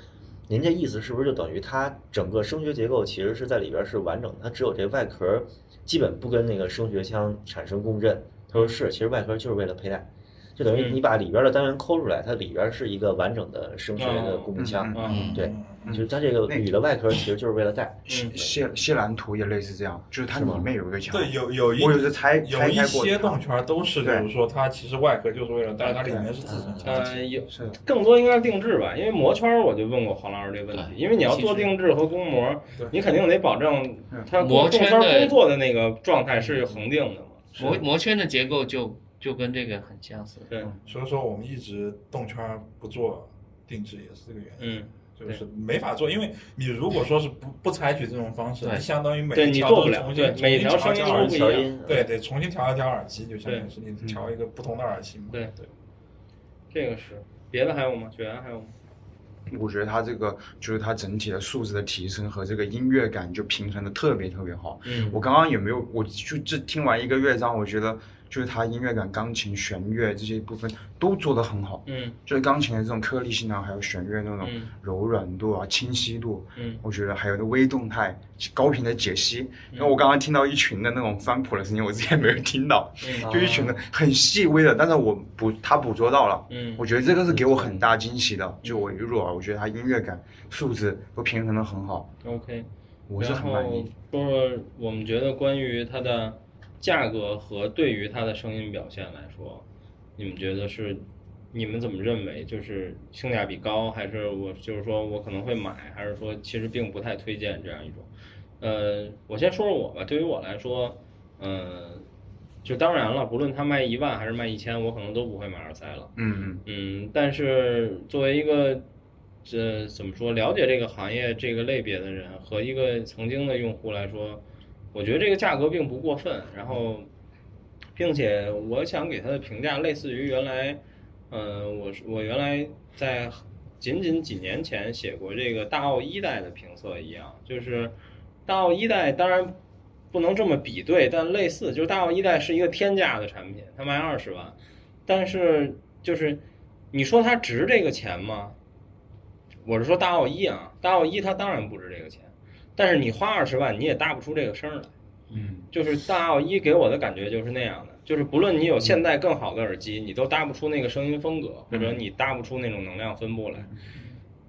Speaker 3: 您这意思是不是就等于它整个声学结构其实是在里边儿是完整的，它只有这外壳儿基本不跟那个声学腔产生共振？他说是，其实外壳儿就是为了佩戴，就等于
Speaker 1: 嗯
Speaker 3: 你把里边儿的单元抠出来，它里边儿是一个完整的声学的
Speaker 1: 哦
Speaker 3: 共腔，
Speaker 1: 嗯
Speaker 3: 对
Speaker 6: 嗯，
Speaker 3: 就是它这个
Speaker 5: 那嗯
Speaker 3: 铝的外壳儿其实就是为了戴，
Speaker 5: 谢谢谢兰图也类似这样，就是它里面有一个墙。
Speaker 6: 对，有有一
Speaker 5: 我有时拆
Speaker 6: 有
Speaker 5: 拆
Speaker 6: 一
Speaker 5: 开过
Speaker 6: 些
Speaker 5: 的
Speaker 6: 动圈都是，比
Speaker 5: 对
Speaker 6: 如说它其实外壳就是为了带它里面是自成腔体。
Speaker 1: 呃，有
Speaker 5: 是的
Speaker 1: 更多应该是定制吧，因为膜圈儿我就问过黄老师这问题，
Speaker 4: 对
Speaker 1: 因为你要做
Speaker 4: 其实
Speaker 1: 定制和工模
Speaker 6: 对，
Speaker 1: 你肯定得保证
Speaker 5: 嗯
Speaker 1: 它
Speaker 4: 膜
Speaker 1: 动圈
Speaker 4: 圈的嗯
Speaker 1: 工作的那个状态是恒定的嘛。
Speaker 4: 膜膜圈的结构就就跟这个很相似。
Speaker 1: 对，
Speaker 6: 所以说我们一直动圈不做定制也是这个原因。
Speaker 1: 嗯，
Speaker 6: 就是没法做，因为你如果说是不不采取这种方式，
Speaker 4: 对
Speaker 6: 你相当于每
Speaker 1: 对
Speaker 6: 一
Speaker 1: 你
Speaker 6: 条
Speaker 1: 做
Speaker 6: 都
Speaker 1: 不
Speaker 6: 重
Speaker 1: 了
Speaker 6: 新
Speaker 1: 对每条
Speaker 6: 重新
Speaker 1: 声音
Speaker 6: 调
Speaker 1: 都不
Speaker 6: 一条耳机
Speaker 1: 一
Speaker 3: 调
Speaker 1: 样
Speaker 3: 音
Speaker 6: 啊对对，重新调一条耳机，就相当于是你
Speaker 5: 嗯
Speaker 6: 调一个不同的耳机嘛。
Speaker 1: 对
Speaker 6: 对，
Speaker 1: 这个是别的还有吗？雪原还有吗？
Speaker 5: 我觉得它这个就是它整体的素质的提升和这个音乐感就平衡的特别特别好。
Speaker 1: 嗯
Speaker 5: 我刚刚也没有，我就这听完一个乐章，我觉得就是它音乐感、钢琴、弦乐这些部分都做得很好，
Speaker 1: 嗯
Speaker 5: 就是钢琴的这种颗粒性啊，还有弦乐那种
Speaker 1: 嗯
Speaker 5: 柔软度啊、清晰度，
Speaker 1: 嗯
Speaker 5: 我觉得还有那微动态、高频的解析。因为我刚刚听到一群的那种翻谱的声音，我之前没有听到，
Speaker 1: 嗯
Speaker 5: 就一群的很细微的，但是我捕他捕捉到了。
Speaker 1: 嗯
Speaker 5: 我觉得这个是给我很大惊喜的。就我一入耳，我觉得他音乐感、素质都平衡的很好，
Speaker 1: ，OK。
Speaker 5: 我是
Speaker 1: 然
Speaker 5: 很
Speaker 1: 后
Speaker 5: 满意。
Speaker 1: 说说我们觉得关于它的价格和对于它的声音表现来说，你们觉得是你们怎么认为？就是性价比高，还是我就是说我可能会买，还是说其实并不太推荐这样一种？呃，我先说说我吧。对于我来说，嗯、就当然了，不论它卖一万还是卖一千，我可能都不会买耳塞了。
Speaker 5: 嗯
Speaker 1: 嗯，但是作为一个这怎么说了解这个行业这个类别的人和一个曾经的用户来说，我觉得这个价格并不过分。然后，并且我想给它的评价类似于原来，嗯、我是我原来在仅仅几年前写过这个大奥一代的评测一样，就是大奥一代当然不能这么比对，但类似，就是大奥一代是一个天价的产品，它卖二十万。但是就是你说它值这个钱吗？我是说大奥一啊，大奥一它当然不值这个钱，但是你花二十万你也搭不出这个声儿来。
Speaker 5: 嗯
Speaker 1: 就是大奥一给我的感觉就是那样的，就是不论你有现在更好的耳机，你都搭不出那个声音风格，或者你搭不出那种能量分布来。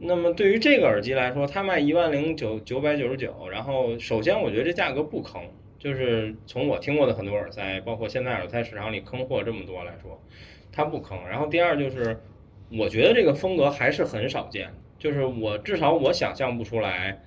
Speaker 1: 那么对于这个耳机来说，它卖一万零九九百九十九，然后首先我觉得这价格不坑，就是从我听过的很多耳塞，包括现在耳塞市场里坑货这么多来说，它不坑。然后第二就是，我觉得这个风格还是很少见的，就是我至少我想象不出来，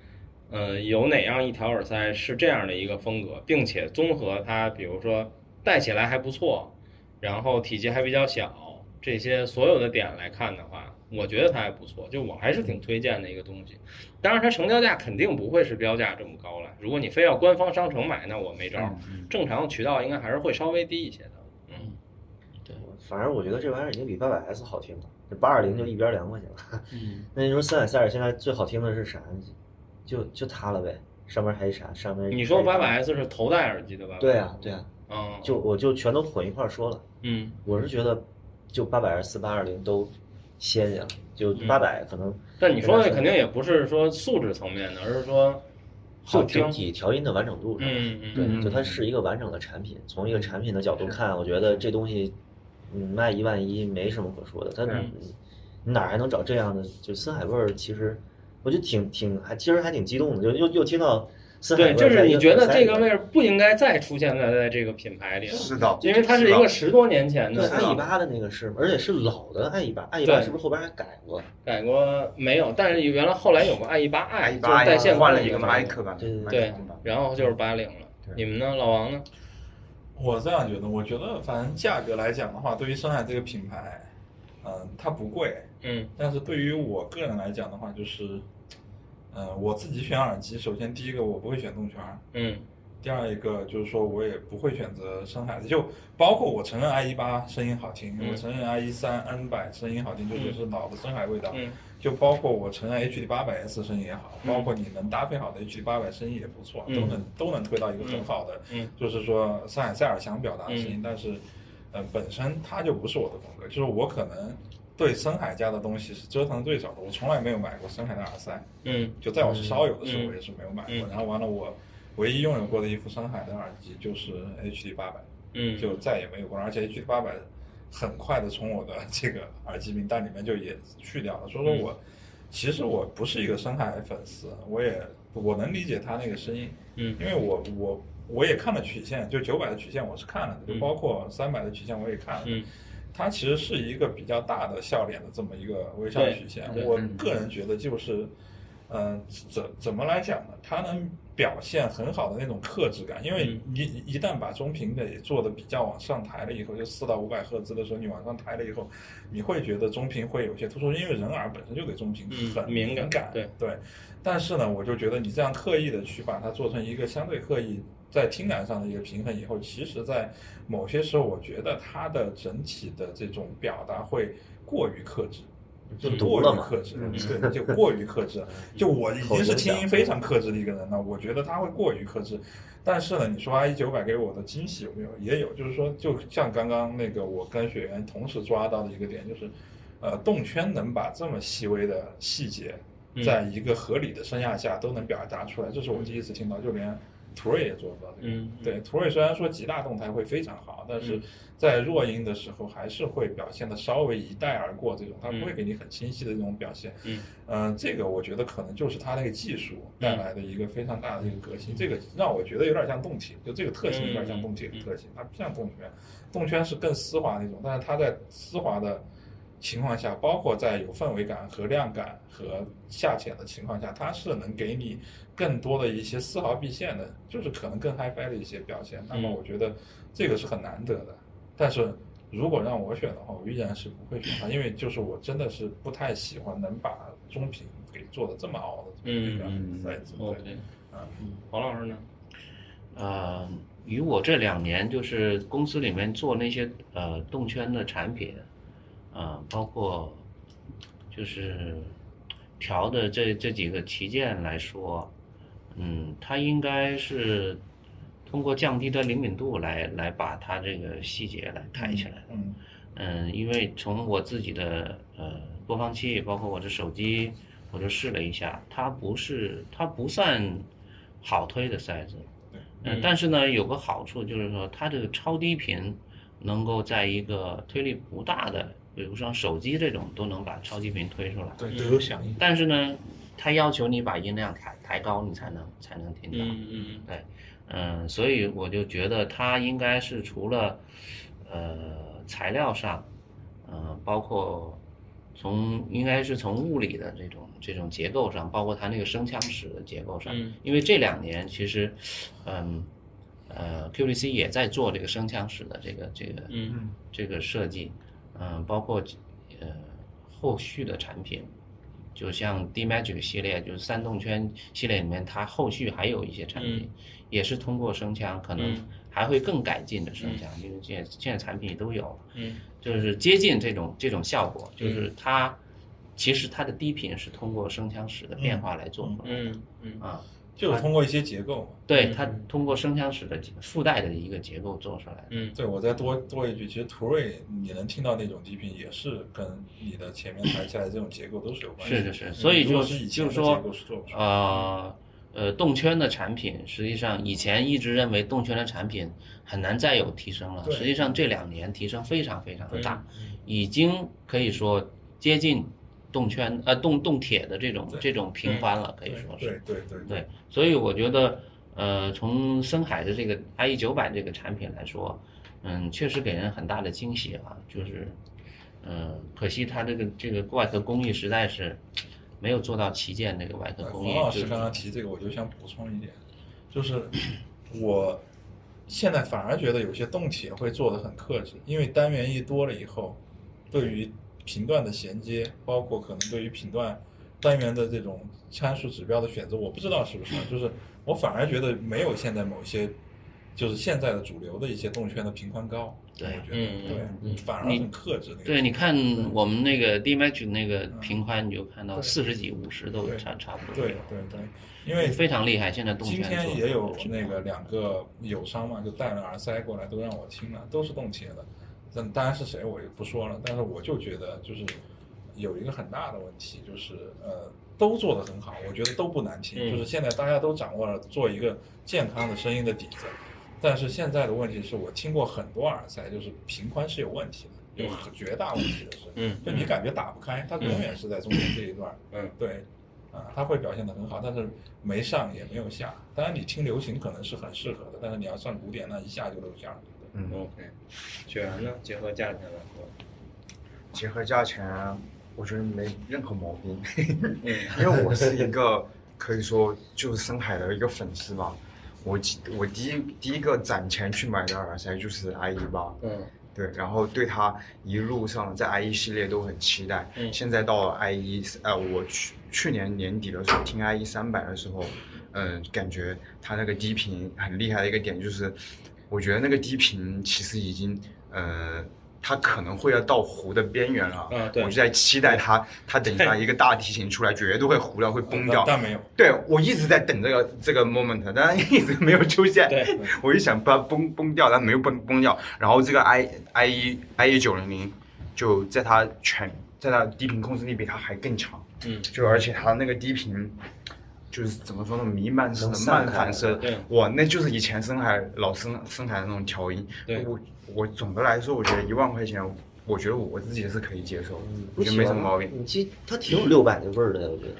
Speaker 1: 呃，有哪样一条耳塞是这样的一个风格，并且综合它，比如说戴起来还不错，然后体积还比较小，这些所有的点来看的话，我觉得它还不错，就我还是挺推荐的一个东西。当然，它成交价肯定不会是标价这么高了，如果你非要官方商城买，那我
Speaker 3: 嗯
Speaker 1: 没招儿。正常渠道应该还是会稍微低一些的。嗯
Speaker 3: 反正我觉得这玩意儿已经比八百 S 好听了，这八二零就一边凉快去了。
Speaker 4: 嗯，
Speaker 3: 那你说三百塞尔现在最好听的是啥？就就它了呗，上面还有啥？上面
Speaker 1: 你说
Speaker 3: 还有
Speaker 1: 八
Speaker 3: 啥
Speaker 1: 百 S 是头戴耳机的吧？
Speaker 3: 对啊，对啊，
Speaker 1: 嗯，
Speaker 3: 就我就全都混一块儿说了。
Speaker 1: 嗯
Speaker 3: 我是觉得，就八百二四八二零都歇歇了，就
Speaker 1: 嗯
Speaker 3: 八百可能。
Speaker 1: 但你
Speaker 3: 啊
Speaker 1: 说的肯定也不是说素质层面的，而是说好
Speaker 3: 就
Speaker 1: 听
Speaker 3: 整。体调音的完整度上，
Speaker 1: 嗯嗯
Speaker 3: 对，
Speaker 1: 嗯
Speaker 3: 就它是一个完整的产品。从一个产品的角度看，我觉得这东西，嗯，卖一万一没什么可说的。它
Speaker 1: 嗯
Speaker 3: 你哪儿还能找这样的？就森海味儿，其实我就挺挺还，其实还挺激动的，就又又听到森海味
Speaker 1: 对，
Speaker 3: 儿
Speaker 1: 就
Speaker 3: 在
Speaker 1: 是
Speaker 3: 一
Speaker 1: 你觉得
Speaker 3: 耳塞
Speaker 1: 这
Speaker 3: 里
Speaker 1: 个
Speaker 3: 边
Speaker 1: 味儿不应该再出现在在这个品牌里了，
Speaker 5: 是的，
Speaker 1: 嗯因为它是一个
Speaker 5: 是
Speaker 1: 十多年前
Speaker 3: 对
Speaker 1: 的
Speaker 3: 爱一八的那个是，而且是老的爱一八，爱一八
Speaker 1: 对
Speaker 3: 是不是后边还改过？
Speaker 1: 改过没有，但是原来后来有个 i 一八 i，
Speaker 5: 的，
Speaker 1: 就是
Speaker 5: 八
Speaker 1: 带线
Speaker 5: 换
Speaker 1: 控
Speaker 5: 了一个
Speaker 1: 制嘛
Speaker 5: 麦克吧，
Speaker 3: 对对
Speaker 5: 麦
Speaker 1: 对
Speaker 5: 克风吧，
Speaker 1: 然后就是八零了。
Speaker 5: 对
Speaker 1: 你们呢，老王呢？
Speaker 6: 我这样觉得，我觉得反正价格来讲的话，对于深海这个品牌，嗯、它不贵，
Speaker 1: 嗯
Speaker 6: 但是对于我个人来讲的话，就是，呃，我自己选耳机，首先第一个我不会选动圈儿，
Speaker 1: 嗯
Speaker 6: 第二一个就是说我也不会选择深海的，就包括我承认 i 一八声音好听，
Speaker 1: 嗯
Speaker 6: 我承认 i 一三 N 百声音好听，就
Speaker 1: 嗯
Speaker 6: 是是老的深海味道，
Speaker 1: 嗯
Speaker 6: 就包括我承认 HD 八百 S 声音也好，包括你能搭配好的 HD 八百声音也不错，
Speaker 1: 嗯
Speaker 6: 都能都能推到一个很好的，
Speaker 1: 嗯
Speaker 6: 就是说上海塞尔想表达的声音，
Speaker 1: 嗯
Speaker 6: 但是，呃，本身它就不是我的风格，就是我可能对深海家的东西是折腾得最少的，我从来没有买过深海的耳塞，
Speaker 1: 嗯
Speaker 6: 就在我是烧友的时候，
Speaker 1: 嗯
Speaker 6: 我也是没有买
Speaker 1: 嗯
Speaker 6: 过。然后完了，我唯一拥有过的一副深海的耳机就是 HD 八百，
Speaker 1: 嗯，
Speaker 6: 就再也没有过了。而且 HD 八百很快的从我的 *laughs* 这个耳机名单里面就也去掉了。所
Speaker 1: 嗯
Speaker 6: 以说我其实我不是一个深海粉丝，我也我能理解他那个声音，
Speaker 1: 嗯
Speaker 6: 因为我我我也看了曲线，就九百的曲线我是看了的，
Speaker 1: 嗯
Speaker 6: 就包括三百的曲线我也看了。
Speaker 1: 嗯
Speaker 6: 它其实是一个比较大的笑脸的这么一个微笑曲线
Speaker 1: 对。对嗯
Speaker 6: 我个人觉得就是，嗯、怎怎么来讲呢？它能表现很好的那种克制感，因为
Speaker 1: 嗯
Speaker 6: 你一旦把中频给做的比较往上抬了以后，就四到五百赫兹的时候，你往上抬了以后，你会觉得中频会有些突出，因为人耳本身就对中频
Speaker 1: 嗯
Speaker 6: 很
Speaker 1: 敏感
Speaker 6: 感，
Speaker 1: 对
Speaker 6: 但是呢，我就觉得你这样刻意的去把它做成一个相对刻意在听感上的一个平衡以后，其实，在某些时候，我觉得它的整体的这种表达会过于克制。就
Speaker 3: 就
Speaker 6: 过
Speaker 3: 毒了
Speaker 6: 于
Speaker 3: 嘛嗯
Speaker 6: 克制，对，就过于克制。就我已经是听音非常克制的一个人了，我觉得他会过于克制。但是呢，你说 IE 九百给我的惊喜有没有？也有，就是说，就像刚刚那个我跟学员同时抓到的一个点，就是，呃，动圈能把这么细微的细节，
Speaker 1: 嗯
Speaker 6: 在一个合理的声压下都能表达出来，这是我第一次听到，就连途锐也做不到这个。
Speaker 1: 嗯嗯
Speaker 6: 对，途锐虽然说极大动态会非常好，但是在弱音的时候还是会表现的稍微一带而过，这种它不会给你很清晰的这种表现。
Speaker 1: 嗯
Speaker 6: 嗯、这个我觉得可能就是它那个技术带来的一个非常大的一个革新，这个让我觉得有点像动体，就这个特性有点像动体的特性，它不像动圈，动圈是更丝滑那种，但是它在丝滑的。情况下，包括在有氛围感和量感和下潜的情况下，它是能给你更多的一些丝毫避现的，就是可能更 HiFi 的一些表现。那么我觉得这个是很难得的。但是如果让我选的话，我依然是不会选它，因为就是我真的是不太喜欢能把中频给做的这么熬的这么一个啊
Speaker 1: 嗯
Speaker 6: 塞子。对，
Speaker 4: OK，
Speaker 1: 黄老师呢？
Speaker 4: 呃，与我这两年就是公司里面做那些呃动圈的产品，啊、包括就是调的这这几个旗舰来说，嗯，它应该是通过降低的灵敏度来来把它这个细节来抬起来。
Speaker 6: 嗯
Speaker 4: 嗯，因为从我自己的呃播放器，包括我的手机，我就试了一下，它不是它不算好推的塞子，嗯，但是呢，有个好处就是说，它这个超低频能够在一个推力不大的，比如像手机这种，都能把超低频推出来。
Speaker 6: 对，
Speaker 1: 都
Speaker 6: 有响应。
Speaker 4: 但是呢，它要求你把音量抬抬高，你才能才能听到。
Speaker 1: 嗯嗯
Speaker 4: 嗯，所以我就觉得它应该是除了呃材料上，呃，包括从应该是从物理的这种这种结构上，包括它那个声腔室的结构上，
Speaker 1: 嗯
Speaker 4: 因为这两年其实，嗯。呃，QVC 也在做这个声腔室的这个这个
Speaker 1: 嗯
Speaker 4: 这个设计，嗯、包括呃后续的产品，就像 D Magic 系列，就是三动圈系列里面，它后续还有一些产品，
Speaker 1: 嗯
Speaker 4: 也是通过声腔，可能
Speaker 1: 嗯
Speaker 4: 还会更改进的声腔，
Speaker 6: 嗯
Speaker 4: 因为现在现在产品也都有了，
Speaker 1: 嗯
Speaker 4: 就是接近这种这种效果，就是
Speaker 6: 嗯
Speaker 4: 它、其实它的低频是通过声腔室的变化来做出来的、
Speaker 1: 嗯嗯
Speaker 4: 啊。
Speaker 6: 就是通过一些结构嘛。
Speaker 4: 对，它
Speaker 6: 嗯
Speaker 4: 通过声腔室的附带的一个结构做出来的。
Speaker 1: 嗯
Speaker 6: 对，我再多多一句，其实途锐你能听到那种低频，也是跟你的前面抬起来这种结构都是有关系
Speaker 4: 是
Speaker 6: 的。
Speaker 4: 是是，所以
Speaker 6: 嗯如果
Speaker 4: 就是
Speaker 6: 以前
Speaker 4: 就
Speaker 6: 的
Speaker 4: 是说
Speaker 6: 结构是做不出来的
Speaker 4: 呃呃，动圈的产品，实际上以前一直认为动圈的产品很难再有提升了，
Speaker 6: 对
Speaker 4: 实际上这两年提升非常非常
Speaker 6: 对
Speaker 4: 大，已经可以说接近动圈呃动动铁的这种
Speaker 6: 对
Speaker 4: 这种频宽了，可以说
Speaker 6: 对
Speaker 4: 是。
Speaker 6: 对对对
Speaker 4: 对，所以我觉得，呃，从森海的这个 IE 九百这个产品来说，嗯，确实给人很大的惊喜啊，就是，嗯、可惜它这个这个外壳工艺实在是没有做到旗舰这个外壳
Speaker 6: 呃
Speaker 4: 工
Speaker 6: 黄
Speaker 4: 艺，
Speaker 6: 老
Speaker 4: 就
Speaker 6: 师
Speaker 4: 是
Speaker 6: 刚刚提这个，我就想补充一点，就是 *coughs* 我现在反而觉得有些动铁会做的很克制，因为单元一多了以后，对于频段的衔接，包括可能对于频段单元的这种参数指标的选择，我不知道是不是啊，就是我反而觉得没有现在某些。就是现在的主流的一些动圈的频宽高，
Speaker 4: 对
Speaker 6: 我觉得
Speaker 1: 嗯
Speaker 6: 对，反而很克制那个。
Speaker 4: 对，你看我们那个 D Match 那个频宽，你就看到
Speaker 6: 嗯对
Speaker 4: 四十几、五十都
Speaker 6: 对
Speaker 4: 差差不多，
Speaker 6: 对对对，因为
Speaker 4: 非常厉害。现在动
Speaker 6: 今
Speaker 4: 圈
Speaker 6: 天
Speaker 4: 做
Speaker 6: 也
Speaker 4: 得
Speaker 6: 有
Speaker 4: 挺
Speaker 6: 那
Speaker 4: 好
Speaker 6: 个两个友商嘛，就带了耳塞过来，都让我听了，都是动铁的。但当然是谁我也不说了，但是我就觉得就是有一个很大的问题，就是呃，都做得很好，我觉得都不难听，
Speaker 1: 嗯
Speaker 6: 就是现在大家都掌握了做一个健康的声音的底子。但是现在的问题是我听过很多耳塞，就是频宽是有问题的，有
Speaker 1: 嗯
Speaker 6: 很绝大问题的是，
Speaker 1: 嗯
Speaker 6: 就你感觉打不开，它永远是在中间这一段儿，
Speaker 1: 嗯
Speaker 6: 对，啊，它会表现得很好，但是没上也没有下。当然，你听流行可能是很适合的，但是你要上古典，那一下就露馅儿了。对
Speaker 3: 嗯，
Speaker 1: ，OK。雪原呢？结合价钱来说，
Speaker 5: 结合价钱，我觉得没任何毛病，
Speaker 1: 嗯
Speaker 5: *laughs* 因为我是一个可以说就是深海的一个粉丝嘛。我记我第一第一个攒钱去买的耳塞就是 IE 八，
Speaker 1: 嗯
Speaker 5: 对，然后对它一路上在 IE 系列都很期待。
Speaker 1: 嗯
Speaker 5: 现在到了 IE，呃，我去去年年底的时候听 IE 三百的时候，嗯、感觉它那个低频很厉害的一个点就是，我觉得那个低频其实已经呃它可能会要到湖的边缘了。
Speaker 1: 嗯对
Speaker 5: 我就在期待它，它等一下一个大提琴出来，绝对会糊掉，会崩
Speaker 1: 啊
Speaker 5: 掉。
Speaker 6: 但但没有，
Speaker 5: 对我一直在等这个这个 moment，但一直没有出现。
Speaker 1: 对，
Speaker 5: 我就想把它崩崩掉，但没有崩崩掉。然后这个 i i 一 i 一九零零就在它全在它低频控制力比它还更强。
Speaker 1: 嗯，
Speaker 5: 就而且它那个低频。就是怎么说呢，弥漫式的
Speaker 3: 能散
Speaker 5: 慢
Speaker 3: 开
Speaker 5: 反射
Speaker 1: 对，
Speaker 5: 哇，那就是以前深海老深深海的那种调音。
Speaker 1: 对
Speaker 5: 我我总的来说，我觉得一万块钱，我觉得我自己是可以接受，我
Speaker 3: 你嗯
Speaker 5: 觉
Speaker 3: 喜欢
Speaker 5: 得没什么毛
Speaker 3: 吗
Speaker 5: 病。
Speaker 3: 你其实它挺有六百那味儿的，我觉得。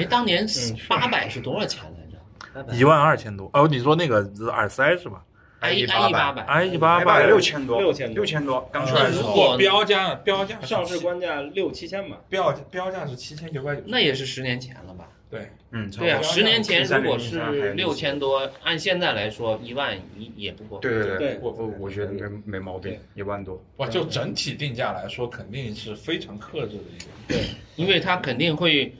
Speaker 4: 哎，当
Speaker 5: 嗯
Speaker 4: 年八百是多少钱来着
Speaker 8: 一万二千多。哦，你说那个耳塞是吧？
Speaker 4: ？i
Speaker 5: IE
Speaker 4: 8
Speaker 5: 800
Speaker 4: 百
Speaker 8: 哎，一八
Speaker 5: 百
Speaker 8: 百
Speaker 5: 六千多，
Speaker 1: 六千多嗯
Speaker 5: 六千多，刚出来
Speaker 6: 呃
Speaker 5: 的时
Speaker 6: 如
Speaker 5: 候。
Speaker 6: 果标价标价
Speaker 1: 上市
Speaker 6: 市
Speaker 1: 官价六七千吧，
Speaker 6: 标标价是七千九百九，
Speaker 4: 那也是十年前了吧？
Speaker 6: 对，
Speaker 5: 嗯，差不
Speaker 6: 对
Speaker 4: 对
Speaker 5: 多
Speaker 4: 啊，
Speaker 6: 我刚
Speaker 4: 十年前
Speaker 5: 刚
Speaker 4: 如果
Speaker 5: 看了一下
Speaker 4: 是六千多，按现在来说一万一也不过分。
Speaker 5: 对对
Speaker 1: 对
Speaker 5: 我我我觉得没没毛病
Speaker 1: 对，
Speaker 5: 一万多。
Speaker 6: 哇，就整体定价来说，肯定是非常克制的一个。
Speaker 4: 因为它肯定会，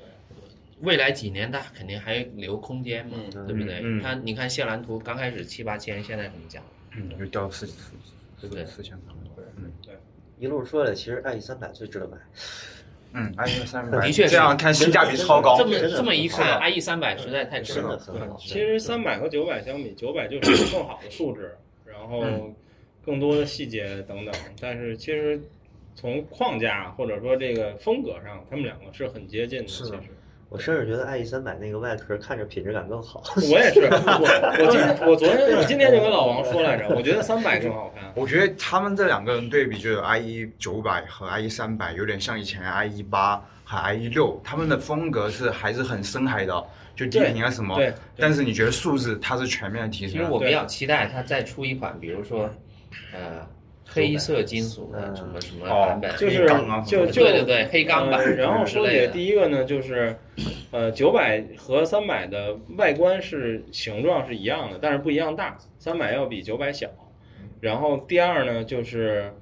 Speaker 4: 未来几年它肯定还留空间嘛，对不对？
Speaker 5: 嗯嗯
Speaker 4: 它你看谢兰图刚开始七八千，现在怎么讲？
Speaker 5: 嗯，又掉四四
Speaker 4: 对不对
Speaker 5: 四四千多。
Speaker 3: 一路说来，其实 i 一三百最值得买。
Speaker 5: 嗯，哎，三百，
Speaker 4: 的确是
Speaker 5: 这样看性价比超高
Speaker 4: 这。么
Speaker 3: 真的
Speaker 4: 这么一
Speaker 3: 是
Speaker 4: 看
Speaker 3: 的
Speaker 4: ，IE 三百实在太值
Speaker 3: 真的
Speaker 4: 了。
Speaker 3: 很好。
Speaker 1: 啊其实三百和九百相比，九百就是更好的素质，然
Speaker 5: 嗯
Speaker 1: 后更多的细节等等。但是其实从框架或者说这个风格上，他们两个是很接近的。其
Speaker 5: 是的
Speaker 1: 实
Speaker 3: 我甚至觉得 i 一三百那个外壳看着品质感更好。
Speaker 1: 我也是，我我今
Speaker 5: *laughs*
Speaker 1: 天我昨天我今天就跟老王说来着，我觉得三百更好看。
Speaker 5: 我觉得他们这两个人对比，就是 i 一九百和 i 一三百，有点像以前 i 一八和 i 一六，他们的风格是还是很深海的，就低频啊什么
Speaker 1: 对对。
Speaker 5: 但是你觉得素质它是全面的提
Speaker 4: 其
Speaker 5: 升
Speaker 4: 实
Speaker 5: 啊。
Speaker 4: 我比较期待它再出一款，比如说，呃，黑色金属的什么什么版本，
Speaker 1: 哦就
Speaker 5: 黑
Speaker 1: 是
Speaker 5: 钢啊什
Speaker 1: 就
Speaker 5: 么
Speaker 1: 就
Speaker 4: 对对对，黑钢
Speaker 1: 呃
Speaker 4: 版。
Speaker 1: 然后
Speaker 4: 之
Speaker 1: 说
Speaker 4: 类
Speaker 1: 起
Speaker 4: 的，
Speaker 1: 第一个呢，就是，呃，九百和三百的外观是形状是一样的，但是不一样大，三百要比九百小。然后第二呢，就是，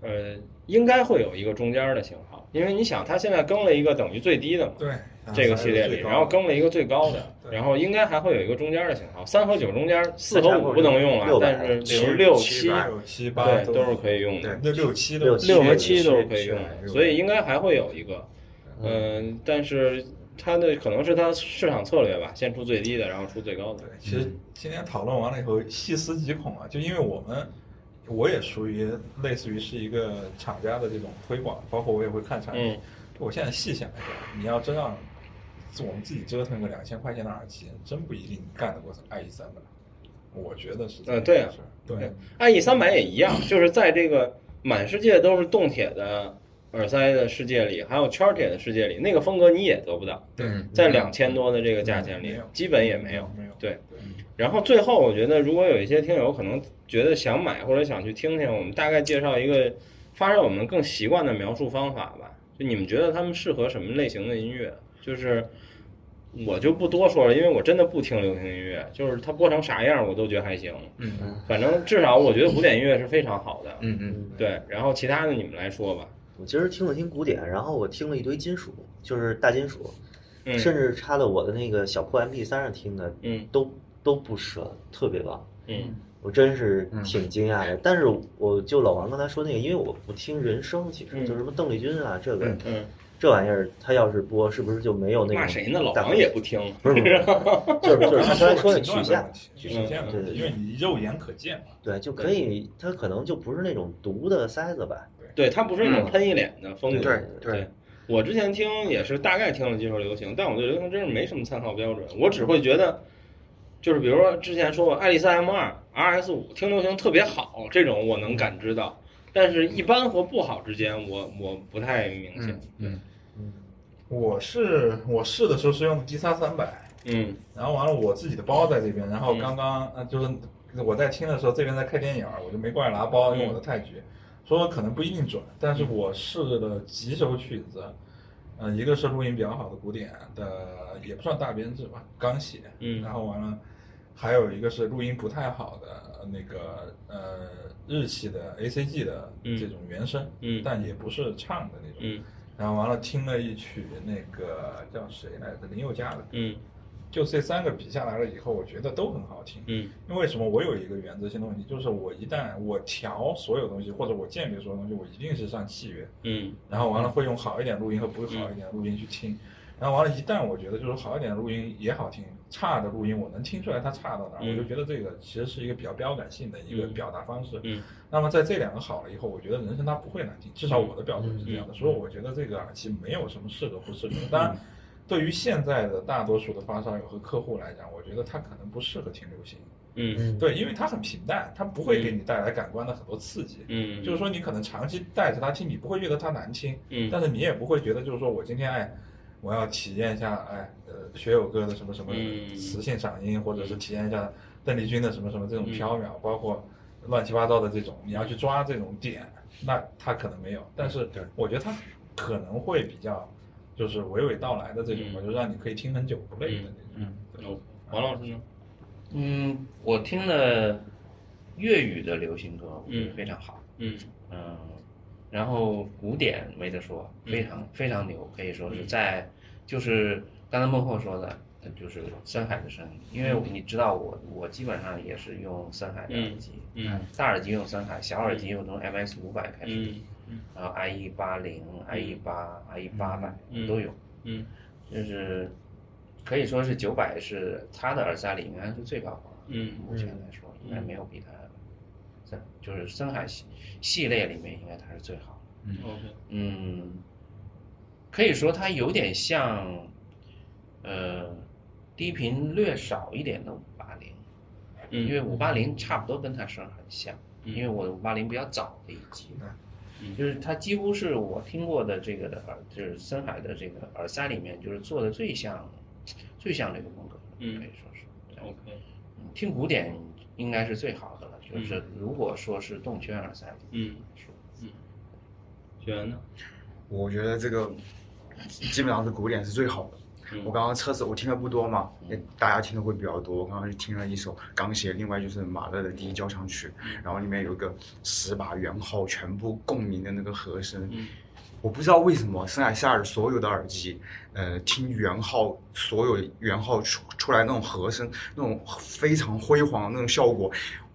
Speaker 1: 呃，应该会有一个中间的型号，因为你想，它现在更了一个等于最低的嘛，
Speaker 6: 对，
Speaker 1: 啊这个系列里，然后更了一个最高的，
Speaker 6: 对
Speaker 1: 然后应该还会有一个中间的型号，三和九中间，四和
Speaker 3: 三
Speaker 1: 五
Speaker 3: 和
Speaker 1: 不能用了，
Speaker 3: 六百
Speaker 1: 但是比
Speaker 5: 七
Speaker 1: 如六
Speaker 5: 七百
Speaker 6: 六七八
Speaker 1: 对，都是可以用的。
Speaker 5: 对
Speaker 6: 六六七
Speaker 3: 六
Speaker 6: 的
Speaker 3: 七
Speaker 1: 六和七都是可以用
Speaker 5: 是
Speaker 1: 的，
Speaker 5: 是
Speaker 1: 所以应该还会有一个，嗯、但是它的可能是它市场策略吧，先出最低的，然后出最高的
Speaker 6: 对，，其实今天讨论完了以后，细思极恐啊！就因为我们，我也属于类似于是一个厂家的这种推广，包括我也会看产品。
Speaker 1: 嗯
Speaker 6: 我现在细想一下，你要真让我们自己折腾个两千块钱的耳机，真不一定干得过 i e 三百。我觉得是这么
Speaker 1: 嗯对啊
Speaker 6: 回事儿对，
Speaker 1: 爱意三百也一样，就是在这个满世界都是动铁的耳塞的世界里，还有圈铁的世界里，那个风格你也得不到，
Speaker 6: 对
Speaker 1: 在两千多的这个价钱里
Speaker 6: 没有，
Speaker 1: 基本也没有，
Speaker 6: 没有
Speaker 1: 对。然后最后，我觉得如果有一些听友可能觉得想买或者想去听听，我们大概介绍一个发射我们更习惯的描述方法吧。就你们觉得他们适合什么类型的音乐？就是我就不多说了，因为我真的不听流行音乐，就是它播成啥样我都觉得还行。
Speaker 5: 嗯
Speaker 1: 反正至少我觉得古典音乐是非常好的。
Speaker 5: 嗯嗯，
Speaker 1: 对，然后其他的你们来说吧。
Speaker 3: 我今儿听了听古典，然后我听了一堆金属，就是大金属，
Speaker 1: 嗯
Speaker 3: 甚至插到我的那个小破 MP 三上听的，
Speaker 1: 嗯
Speaker 3: 都都不舍，特别棒。
Speaker 1: 嗯
Speaker 3: 我真是挺惊讶的。但是我就老王刚才说那个，因为我不听人声，其实
Speaker 1: 嗯
Speaker 3: 就是什么邓丽君啊，这个、
Speaker 1: 嗯，
Speaker 3: 这玩意儿，他要是播，是不是就没有那种
Speaker 1: 骂谁呢？老
Speaker 3: 感
Speaker 1: 王也不听。
Speaker 3: 不是不是，就是 *laughs* 就是他刚才说的
Speaker 6: 频
Speaker 3: 曲
Speaker 1: *laughs*
Speaker 3: 线
Speaker 6: 段的问，题，曲线的问题，
Speaker 3: 嗯
Speaker 6: 因为你肉眼可见嘛。
Speaker 3: 对，就可以，他可能就不是那种毒的塞子吧。
Speaker 1: 对，它不是那种喷一脸的风格。
Speaker 5: 对
Speaker 1: 对
Speaker 5: 对，
Speaker 1: 我之前听也是大概听了几首流行，但我对流行真是没什么参考标准，我只会觉得，就是比如说之前说过爱丽丝 M 二、RS 五听流行特别好，这种我能感知到，但是一般和不好之间我，我不太明显。
Speaker 5: 嗯
Speaker 6: 我是我试的时候是用的 D 叉三百，
Speaker 1: 嗯
Speaker 6: 然后完了，我自己的包在这边，然后
Speaker 1: 嗯
Speaker 6: 刚刚呃，就是我在听的时候，这边在看电影儿，我就没过来拿包，
Speaker 1: 嗯
Speaker 6: 用我的泰局，说可能不一定准，但是我试了几首曲子，嗯、一个是录音比较好的古典的，也不算大编制吧，钢写，
Speaker 1: 嗯
Speaker 6: 然后完了，还有一个是录音不太好的那个呃日系的 A C G 的
Speaker 1: 嗯
Speaker 6: 这种原声，
Speaker 1: 嗯
Speaker 6: 但也不是唱的那种，
Speaker 1: 嗯
Speaker 6: 然后完了听了一曲那个叫谁来着林宥嘉的，
Speaker 1: 嗯
Speaker 6: 就这三个比下来了以后，我觉得都很好听。
Speaker 1: 嗯，
Speaker 6: 因为为什么？我有一个原则性的问题，就是我一旦我调所有东西，或者我鉴别所有东西，我一定是上器乐，
Speaker 1: 嗯
Speaker 6: 然后完了会用好一点录音和不好一点录音去听。然后完了，一旦我觉得就是好一点的录音也好听，差的录音我能听出来它差到哪儿，
Speaker 1: 嗯
Speaker 6: 我就觉得这个其实是一个比较标杆性的一个
Speaker 1: 嗯
Speaker 6: 表达方式。
Speaker 1: 嗯
Speaker 6: 那么在这两个好了以后，我觉得人声它不会难听，至少我的标准是这
Speaker 1: 嗯
Speaker 6: 样的，所以我觉得这个耳机没有什么适合不适合。当然，对于现在的大多数的发烧友和客户来讲，我觉得它可能不适合听流行，
Speaker 1: 嗯
Speaker 3: 嗯，
Speaker 6: 对，因为它很平淡，它不会给你带来感官的很多刺激。
Speaker 1: 嗯，
Speaker 6: 就是说，你可能长期带着它听，你不会觉得它难听，
Speaker 1: 嗯
Speaker 6: 但是你也不会觉得就是说我今天哎，我要体验一下哎，呃，学友哥的什么什么
Speaker 1: 嗯
Speaker 6: 磁性嗓音，或者是体验一下邓丽君的什么什么这
Speaker 1: 嗯
Speaker 6: 种飘渺，包括乱七八糟的这种，你要去抓这种点，那他可能没有。但是
Speaker 1: 嗯对
Speaker 6: 我觉得他可能会比较就是娓娓道来的这种吧，
Speaker 1: 嗯
Speaker 6: 就让你可以听很久不累的那种
Speaker 4: 嗯。
Speaker 6: 对
Speaker 4: 有王老师呢？嗯，我听的粤语的流行歌，我觉得
Speaker 1: 嗯
Speaker 4: 非常好。
Speaker 1: 嗯
Speaker 4: 嗯，然后古典没得说，
Speaker 1: 嗯
Speaker 4: 非常、非常牛，可以说是在就是刚才孟获说的，呃就是森海的声音，因为你知道我我基本上也是用森海的耳机，
Speaker 1: 嗯嗯
Speaker 4: 大耳机用森海，小耳机用从 MX 五百开始，
Speaker 1: 嗯
Speaker 4: 然后 IE 八零、IE 八、IE 八百
Speaker 1: 嗯
Speaker 4: 都有，
Speaker 1: 嗯
Speaker 4: 就是可以说是九百是它的耳塞里应该是最高峰，
Speaker 1: 嗯
Speaker 4: 目前来说应该没有比它，森就是森海系系列里面应该它是最好的。
Speaker 1: ，OK，
Speaker 4: 嗯，可以说它有点像，呃，低频略少一点的五八零，
Speaker 1: 嗯
Speaker 4: 嗯因为五八零差不多跟它声很像，因为我五八零比较早的一期，
Speaker 1: 嗯
Speaker 4: 就是它几乎是我听过的这个的耳，就是森海的这个耳塞里面，就是做的最像，最像这个风格的，
Speaker 1: 嗯
Speaker 4: 可以说是。
Speaker 1: OK，
Speaker 4: 嗯听古典应该是最好的了，
Speaker 5: 嗯
Speaker 4: 就是如果说是动圈耳塞，
Speaker 1: 嗯，
Speaker 4: 说，
Speaker 1: 学员呢？
Speaker 5: 我觉得这个基本上是古典是最好的。
Speaker 1: 嗯
Speaker 5: 我刚刚测试，我听的不多嘛，也大家听的会比较多。我刚刚就听了一首《钢协》，另外就是马勒的第一交响曲，然后里面有一个十把圆号全部共鸣的那个和声。我不知道为什么圣海塞尔所有的耳机，呃，听圆号所有圆号出出来那种和声，那种非常辉煌的那种效果，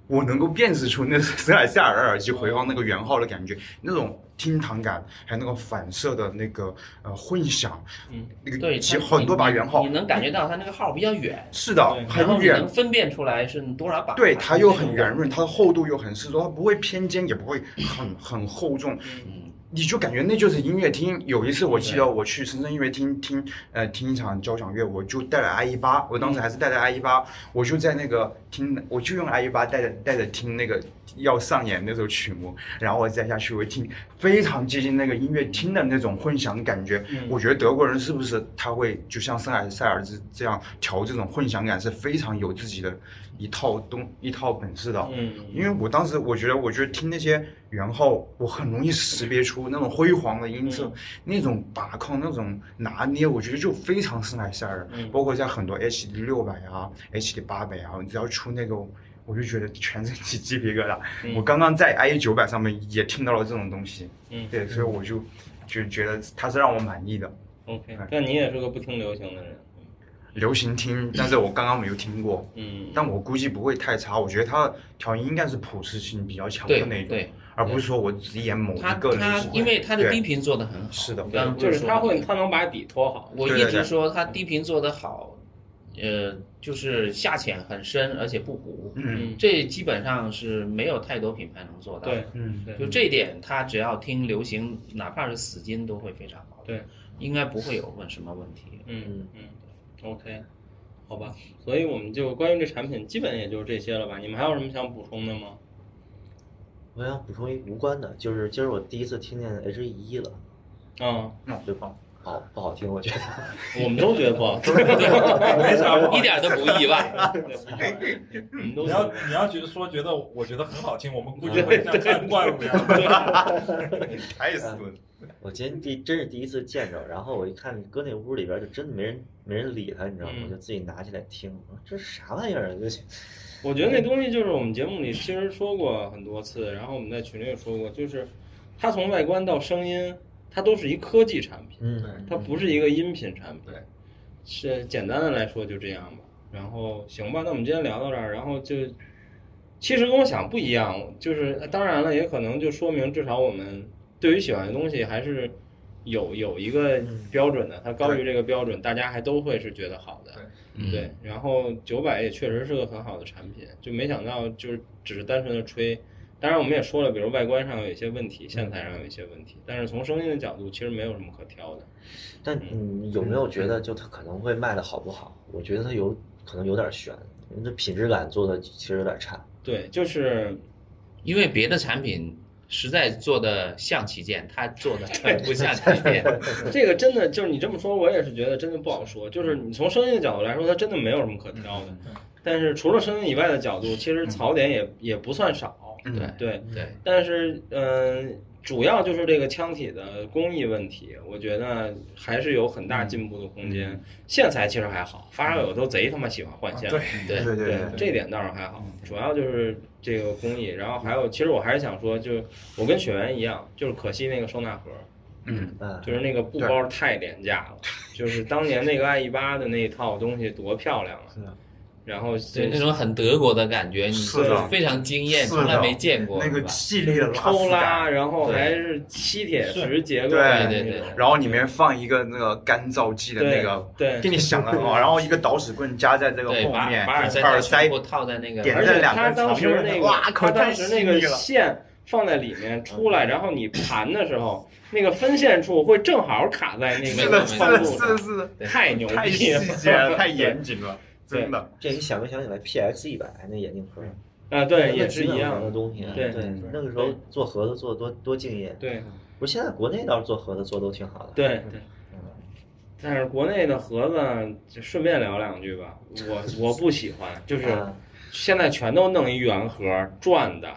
Speaker 5: 我能够辨识出
Speaker 4: *laughs*
Speaker 5: 那是圣海塞尔的耳机回放那个圆号的感觉，那种听堂感，还有那个反射的那个呃混响，
Speaker 1: 嗯，
Speaker 5: 那个
Speaker 4: 对，
Speaker 5: 其
Speaker 4: 它
Speaker 5: 很多把圆号
Speaker 4: 你，你能感觉到它那个号比较远，
Speaker 5: 是的
Speaker 1: 对，
Speaker 5: 很
Speaker 4: 然后你
Speaker 5: 远
Speaker 4: 能，分辨出来是多少把，
Speaker 5: 对，它又很圆，润，它的厚度又很适中，它不会偏尖，也不会很很厚重，
Speaker 4: 嗯，
Speaker 5: 你就感觉那就是音乐厅。有一次我记得我去深圳音乐厅听呃听一场交响乐，我就带了 i 一八，我
Speaker 4: 嗯
Speaker 5: 当时还是带着 i 一八，我就在那个听，我就用 i 一八带着带着听那个要上演那首曲目，然后我再下去我听，非常接近那个音乐厅的那种混响感觉。我觉得德国人是不是他会就像圣海塞尔这这样调这种混响感，是非常有自己的一套东一套本事的。
Speaker 1: 嗯
Speaker 5: 因为我当时我觉得，我觉得听那些元号，我很容易识别出那种辉煌的音
Speaker 1: 嗯
Speaker 5: 色，那种把控、那种拿捏，我觉得就非常是莱塞尔。
Speaker 1: 嗯
Speaker 5: 包括像很多 HD 六百啊、HD 八百啊，只要出那个，我就觉得全身起鸡皮疙瘩。
Speaker 1: 嗯
Speaker 5: *laughs* 我刚刚在 IE 九百上面也听到了这种东西，
Speaker 1: 嗯
Speaker 5: 对，所以我就就觉得它是让我满意的。
Speaker 1: ，OK，但你也是个不听流行的人，
Speaker 5: 流行听，但是我刚刚没有听过，
Speaker 1: 嗯，
Speaker 5: 但我估计不会太差。我觉得它的调音应该是普适性比较强的
Speaker 4: 对
Speaker 5: 那种。
Speaker 4: 对，
Speaker 5: 而不是说我只演某一
Speaker 4: 它
Speaker 5: 个人
Speaker 4: 它
Speaker 5: 的机会
Speaker 4: 因为它的低
Speaker 5: 对
Speaker 4: 频做的很好，
Speaker 5: 是的
Speaker 4: 你刚刚不
Speaker 1: 就是
Speaker 4: 说
Speaker 1: 他
Speaker 4: 了
Speaker 1: 会，
Speaker 4: 吗
Speaker 1: 他能把底拖好，
Speaker 4: 我
Speaker 5: 对
Speaker 4: 一
Speaker 5: 对
Speaker 4: 直
Speaker 5: 对
Speaker 4: 说它低频做的好，呃，就是下潜很深，而且不糊，
Speaker 5: 嗯
Speaker 4: 这基本上是没有太多品牌能做到的，
Speaker 1: 对，
Speaker 5: 嗯
Speaker 1: 对
Speaker 4: 就这一点，他只要听流行，哪怕是死金都会非常好。
Speaker 1: 对，
Speaker 4: 应该不会有问什么问题。
Speaker 1: 嗯嗯，OK，好吧，所以我们就关于这产品基本也就这些了吧？你们还有什么想补充的吗？
Speaker 3: 我想补充一无关的，就是今儿我第一次听见 H E 一了，
Speaker 1: 啊，
Speaker 3: 对吧？好不好听？我觉得。 *laughs*
Speaker 1: 我们都觉得不好
Speaker 6: *laughs*
Speaker 1: 听，
Speaker 6: 没啥
Speaker 5: 啊
Speaker 6: 不好
Speaker 4: 一点都不意外。
Speaker 1: 我们都
Speaker 6: 你
Speaker 1: 觉
Speaker 6: 要
Speaker 1: 得
Speaker 6: 你要觉得说觉得我觉得很好听，我们估计会
Speaker 1: *laughs*
Speaker 6: 像看怪物一样。
Speaker 5: 太死了。
Speaker 3: 我今天第真是第一次见着，然后我一看搁那屋里边儿就真的没人没人理他，你知道吗？
Speaker 1: 嗯
Speaker 3: 我就自己拿起来听，我说这啥玩意儿啊？这是
Speaker 1: 我觉得那东西就是我们节目里其实说过很多次，然后我们在群里也说过，就是它从外观到声音，它都是一科技产品，
Speaker 3: 嗯，
Speaker 1: 它不是一个音频产品。
Speaker 6: 对，
Speaker 1: 是简单的来说就这样吧。然后行吧，那我们今天聊到这儿，然后就其实跟我想不一样，就是当然了，也可能就说明至少我们对于喜欢的东西还是有有一个标准的，它高于这个标准，大家还都会是觉得好的。
Speaker 4: 嗯
Speaker 1: 对，然后九百也确实是个很好的产品，就没想到就是只是单纯的吹。当然，我们也说了，比如外观上有一些问题，线材上有一些问题，但是从声音的角度，其实没有什么可挑的。
Speaker 3: 但
Speaker 1: 嗯
Speaker 3: 你有没有觉得，就它可能会卖的好不好？我觉得它有可能有点悬，因为这品质感做的其实有点差。
Speaker 1: 对，就是
Speaker 4: 因为别的产品实在做的像旗舰，它做的很不像旗
Speaker 5: *laughs*
Speaker 4: 舰。
Speaker 1: 这个真的就是你这么说，我也是觉得真的不好说。就是你从声音的角度来说，它真的没有什么可挑的。但是除了声音以外的角度，其实槽点也、也不算少。
Speaker 5: 嗯
Speaker 4: 对
Speaker 1: 对，
Speaker 4: 对，
Speaker 1: 但是嗯、主要就是这个腔体的工艺问题，我觉得还是有很大进步的空间。线材其实还好，发烧友都贼他妈喜欢换线。
Speaker 6: 啊对，
Speaker 4: 对
Speaker 5: 对对
Speaker 1: 对，这点倒是还好，主要就是这个工艺，然后还有，其实我还是想说，就是我跟雪原一样，就是可惜那个收纳盒，
Speaker 3: 嗯，
Speaker 1: 就是那个布包太廉价了，就是当年那个 i 一八的那一套东西多漂亮啊，然后
Speaker 4: 对
Speaker 1: 这
Speaker 4: 那种很德国的感觉，你
Speaker 5: 是的
Speaker 4: 非常惊艳，
Speaker 5: 是
Speaker 4: 从
Speaker 5: 的
Speaker 4: 来没见过，
Speaker 5: 那
Speaker 4: 是
Speaker 5: 个
Speaker 4: 吧？
Speaker 5: 细腻的
Speaker 1: 抽
Speaker 5: 丝
Speaker 1: 拉，
Speaker 5: 感，
Speaker 1: 然后
Speaker 4: 对
Speaker 1: 还是吸铁石结构
Speaker 5: 对
Speaker 1: 的
Speaker 4: 对对
Speaker 1: 那种，
Speaker 4: 对
Speaker 5: 然后里面放一个那个干燥剂的那个，
Speaker 1: 对
Speaker 5: 给
Speaker 1: 对。
Speaker 5: 你想了哦，然后一个导屎棍夹在这个
Speaker 4: 对，
Speaker 5: 后
Speaker 4: 把
Speaker 5: 面，
Speaker 4: 把耳塞
Speaker 5: 耳塞
Speaker 4: 全部套在那个
Speaker 5: 点
Speaker 1: 而
Speaker 5: 在
Speaker 1: 且
Speaker 5: 两
Speaker 1: 他
Speaker 5: 根
Speaker 1: 当
Speaker 5: 长
Speaker 1: 时
Speaker 5: 棍儿
Speaker 1: 那个，
Speaker 5: 哇可
Speaker 1: 他当
Speaker 5: 太
Speaker 1: 时
Speaker 5: 细
Speaker 1: 那个
Speaker 5: 腻了
Speaker 1: 线放在里面出来，然后你盘的时候，那个分线处会正好卡在那
Speaker 4: 是
Speaker 1: 个
Speaker 4: 的
Speaker 5: 是
Speaker 1: 宽
Speaker 5: 的，
Speaker 1: 度
Speaker 5: 是
Speaker 1: 上
Speaker 5: 的，，是的，
Speaker 1: 太牛
Speaker 5: 太
Speaker 1: 逼
Speaker 5: 细
Speaker 1: 了，
Speaker 5: 节了，
Speaker 1: *laughs*
Speaker 5: 太严谨了，
Speaker 1: 对
Speaker 5: 真的。
Speaker 3: 这你想没想起来 PX 一百那眼镜盒？
Speaker 1: 啊，
Speaker 3: 那
Speaker 1: 对，也是一样
Speaker 3: 的
Speaker 1: 的，
Speaker 3: 东西。啊
Speaker 1: 对
Speaker 3: 对
Speaker 5: 嗯，
Speaker 3: 那个时候做盒子做得多多敬业。
Speaker 1: 对
Speaker 3: 不是现在国内倒是做盒子做得都挺好的。，
Speaker 1: 对对。但是国内的盒子，就顺便聊两句吧。
Speaker 6: *laughs*
Speaker 1: 我我不喜欢，就是
Speaker 3: 啊
Speaker 1: 现在全都弄一圆盒，转的、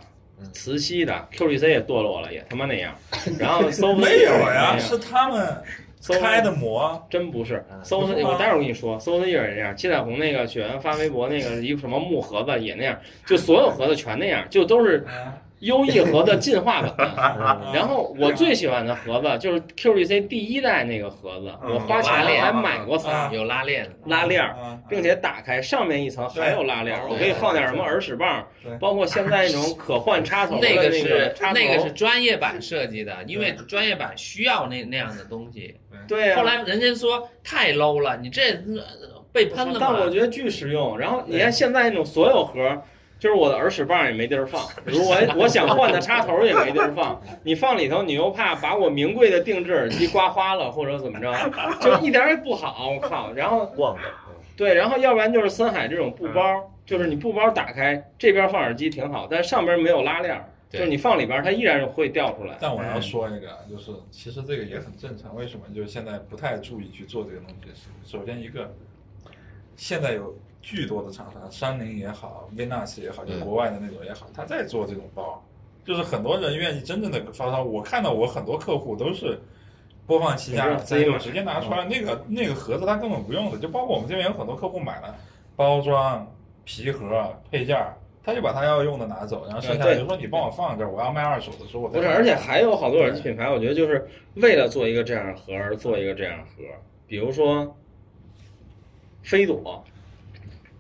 Speaker 6: 嗯
Speaker 1: 磁吸的，QDC 也堕落了，也他妈那
Speaker 6: *laughs*
Speaker 1: 样。然后搜
Speaker 6: 没有 *laughs* 呀，是他们
Speaker 1: 搜
Speaker 6: 开的模，
Speaker 1: 真不是
Speaker 3: 啊
Speaker 1: 搜
Speaker 6: 不
Speaker 1: 的，
Speaker 6: 是吗
Speaker 1: 我待会儿跟你说，搜的也是那样。七彩虹那个雪原发微博那个一个什么木盒子也那样，就所有盒子全那样，就都是
Speaker 6: 啊
Speaker 1: 优异盒的进化版。
Speaker 6: *laughs* 啊
Speaker 1: 然后我最喜欢的盒
Speaker 4: 嗯
Speaker 1: 子就是 QDC 第一代那个盒子，
Speaker 5: 嗯
Speaker 1: 我花钱
Speaker 4: 拉链
Speaker 1: 还买过仨
Speaker 6: 啊
Speaker 4: 有拉链的，
Speaker 1: 拉链儿，
Speaker 6: 啊
Speaker 1: 并且打开上面一层还有拉链儿，
Speaker 4: 对
Speaker 1: 我可以放点什么耳屎棒
Speaker 6: 对，
Speaker 1: 包括现在那种可换插头的
Speaker 4: 那个
Speaker 1: 个
Speaker 4: 是
Speaker 1: 插头。
Speaker 4: 那个是专业版设计的，因为专业版需要那那样的东西。
Speaker 1: 对啊。
Speaker 4: 后来人家说太 low 了，你这呃被喷了
Speaker 1: 但我
Speaker 4: 嘛？
Speaker 1: 觉得巨实用。然后你看现在那种所有盒儿，就是我的耳屎棒也没地
Speaker 4: *laughs*
Speaker 1: 儿放，比如我我想换的插头也没地儿放，你放里头你又怕把我名贵的定制耳机刮花了或者怎么着，就一点儿也不好。我靠！然后
Speaker 3: 逛的。
Speaker 1: 对，然后要不然就是森海这种布包，就是你布包打开这边放耳机挺好，但是上边没有拉链儿，就
Speaker 4: 对
Speaker 1: 是你放里边儿它依然会掉出来。
Speaker 6: 但我要说一个，就是其实这个也很正常。为什么就是现在不太注意去做这个东西？首先一个，现在有巨多的厂商，三菱也好，Venus 也好，就
Speaker 4: 嗯
Speaker 6: 国外的那种也好，他在做这种包，就是很多人愿意真正的发烧。我看到我很多客户都是。播放器
Speaker 1: 你
Speaker 6: 架
Speaker 1: 知道
Speaker 6: 直接直接拿
Speaker 1: 嗯
Speaker 6: 出来，那个那个盒子他根本不用的，就包括我们这边有很多客户买了包装、皮盒、配件儿，他就把他要用的拿走，然后剩下
Speaker 1: 啊对
Speaker 6: 的就说你帮我放这儿，我要卖二手的时候我再
Speaker 1: 不是，
Speaker 6: 卖
Speaker 1: 而且还有好多耳机品牌，我觉得就是为了做一个这样的盒而做一个这样的盒，比如说飞朵，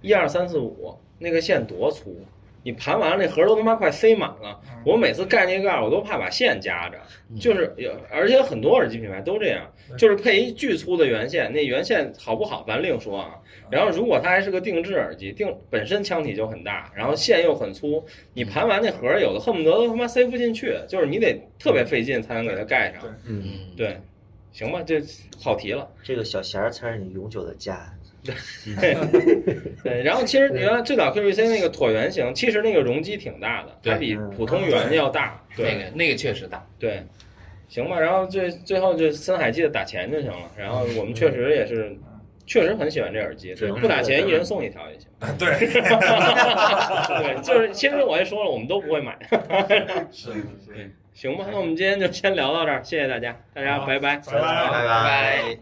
Speaker 1: 一二三四五那个线多粗，你盘完了那盒都他妈快塞满了。我每次盖那个盖儿，我都怕把线夹着，就是有，而且很多耳机品牌都这样，就是配一巨粗的原线，那原线好不好咱另说啊。然后如果它还是个定制耳机，定本身腔体就很大，然后线又很粗，你盘完那盒儿，有的恨不得都他妈塞不进去，就是你得特别费劲才能给它盖上
Speaker 6: 对。
Speaker 3: 嗯，
Speaker 4: 嗯，
Speaker 1: 对，行吧，这跑题了。
Speaker 3: 这个小匣儿才是你永久的家。
Speaker 1: 对，然后其实你看最早 QVC 那个椭圆形，其实那个容积挺大的，它
Speaker 4: 对
Speaker 1: 比普通圆要大。
Speaker 4: 那
Speaker 1: 对
Speaker 4: 个那个确实大，
Speaker 1: 对，行吧。然后最最后就森海记得打钱就行了。然后我们确实也是。确实很喜欢这耳机，对，不打钱一人送一条也行。
Speaker 6: 对，
Speaker 1: 对，就是其实我也说了，我们都不会买。
Speaker 6: 是是是。
Speaker 1: 行吧，那我们今天就先聊到这儿，谢谢大家，大家
Speaker 6: 好
Speaker 1: 拜拜。
Speaker 6: 拜拜
Speaker 4: 拜
Speaker 5: 拜。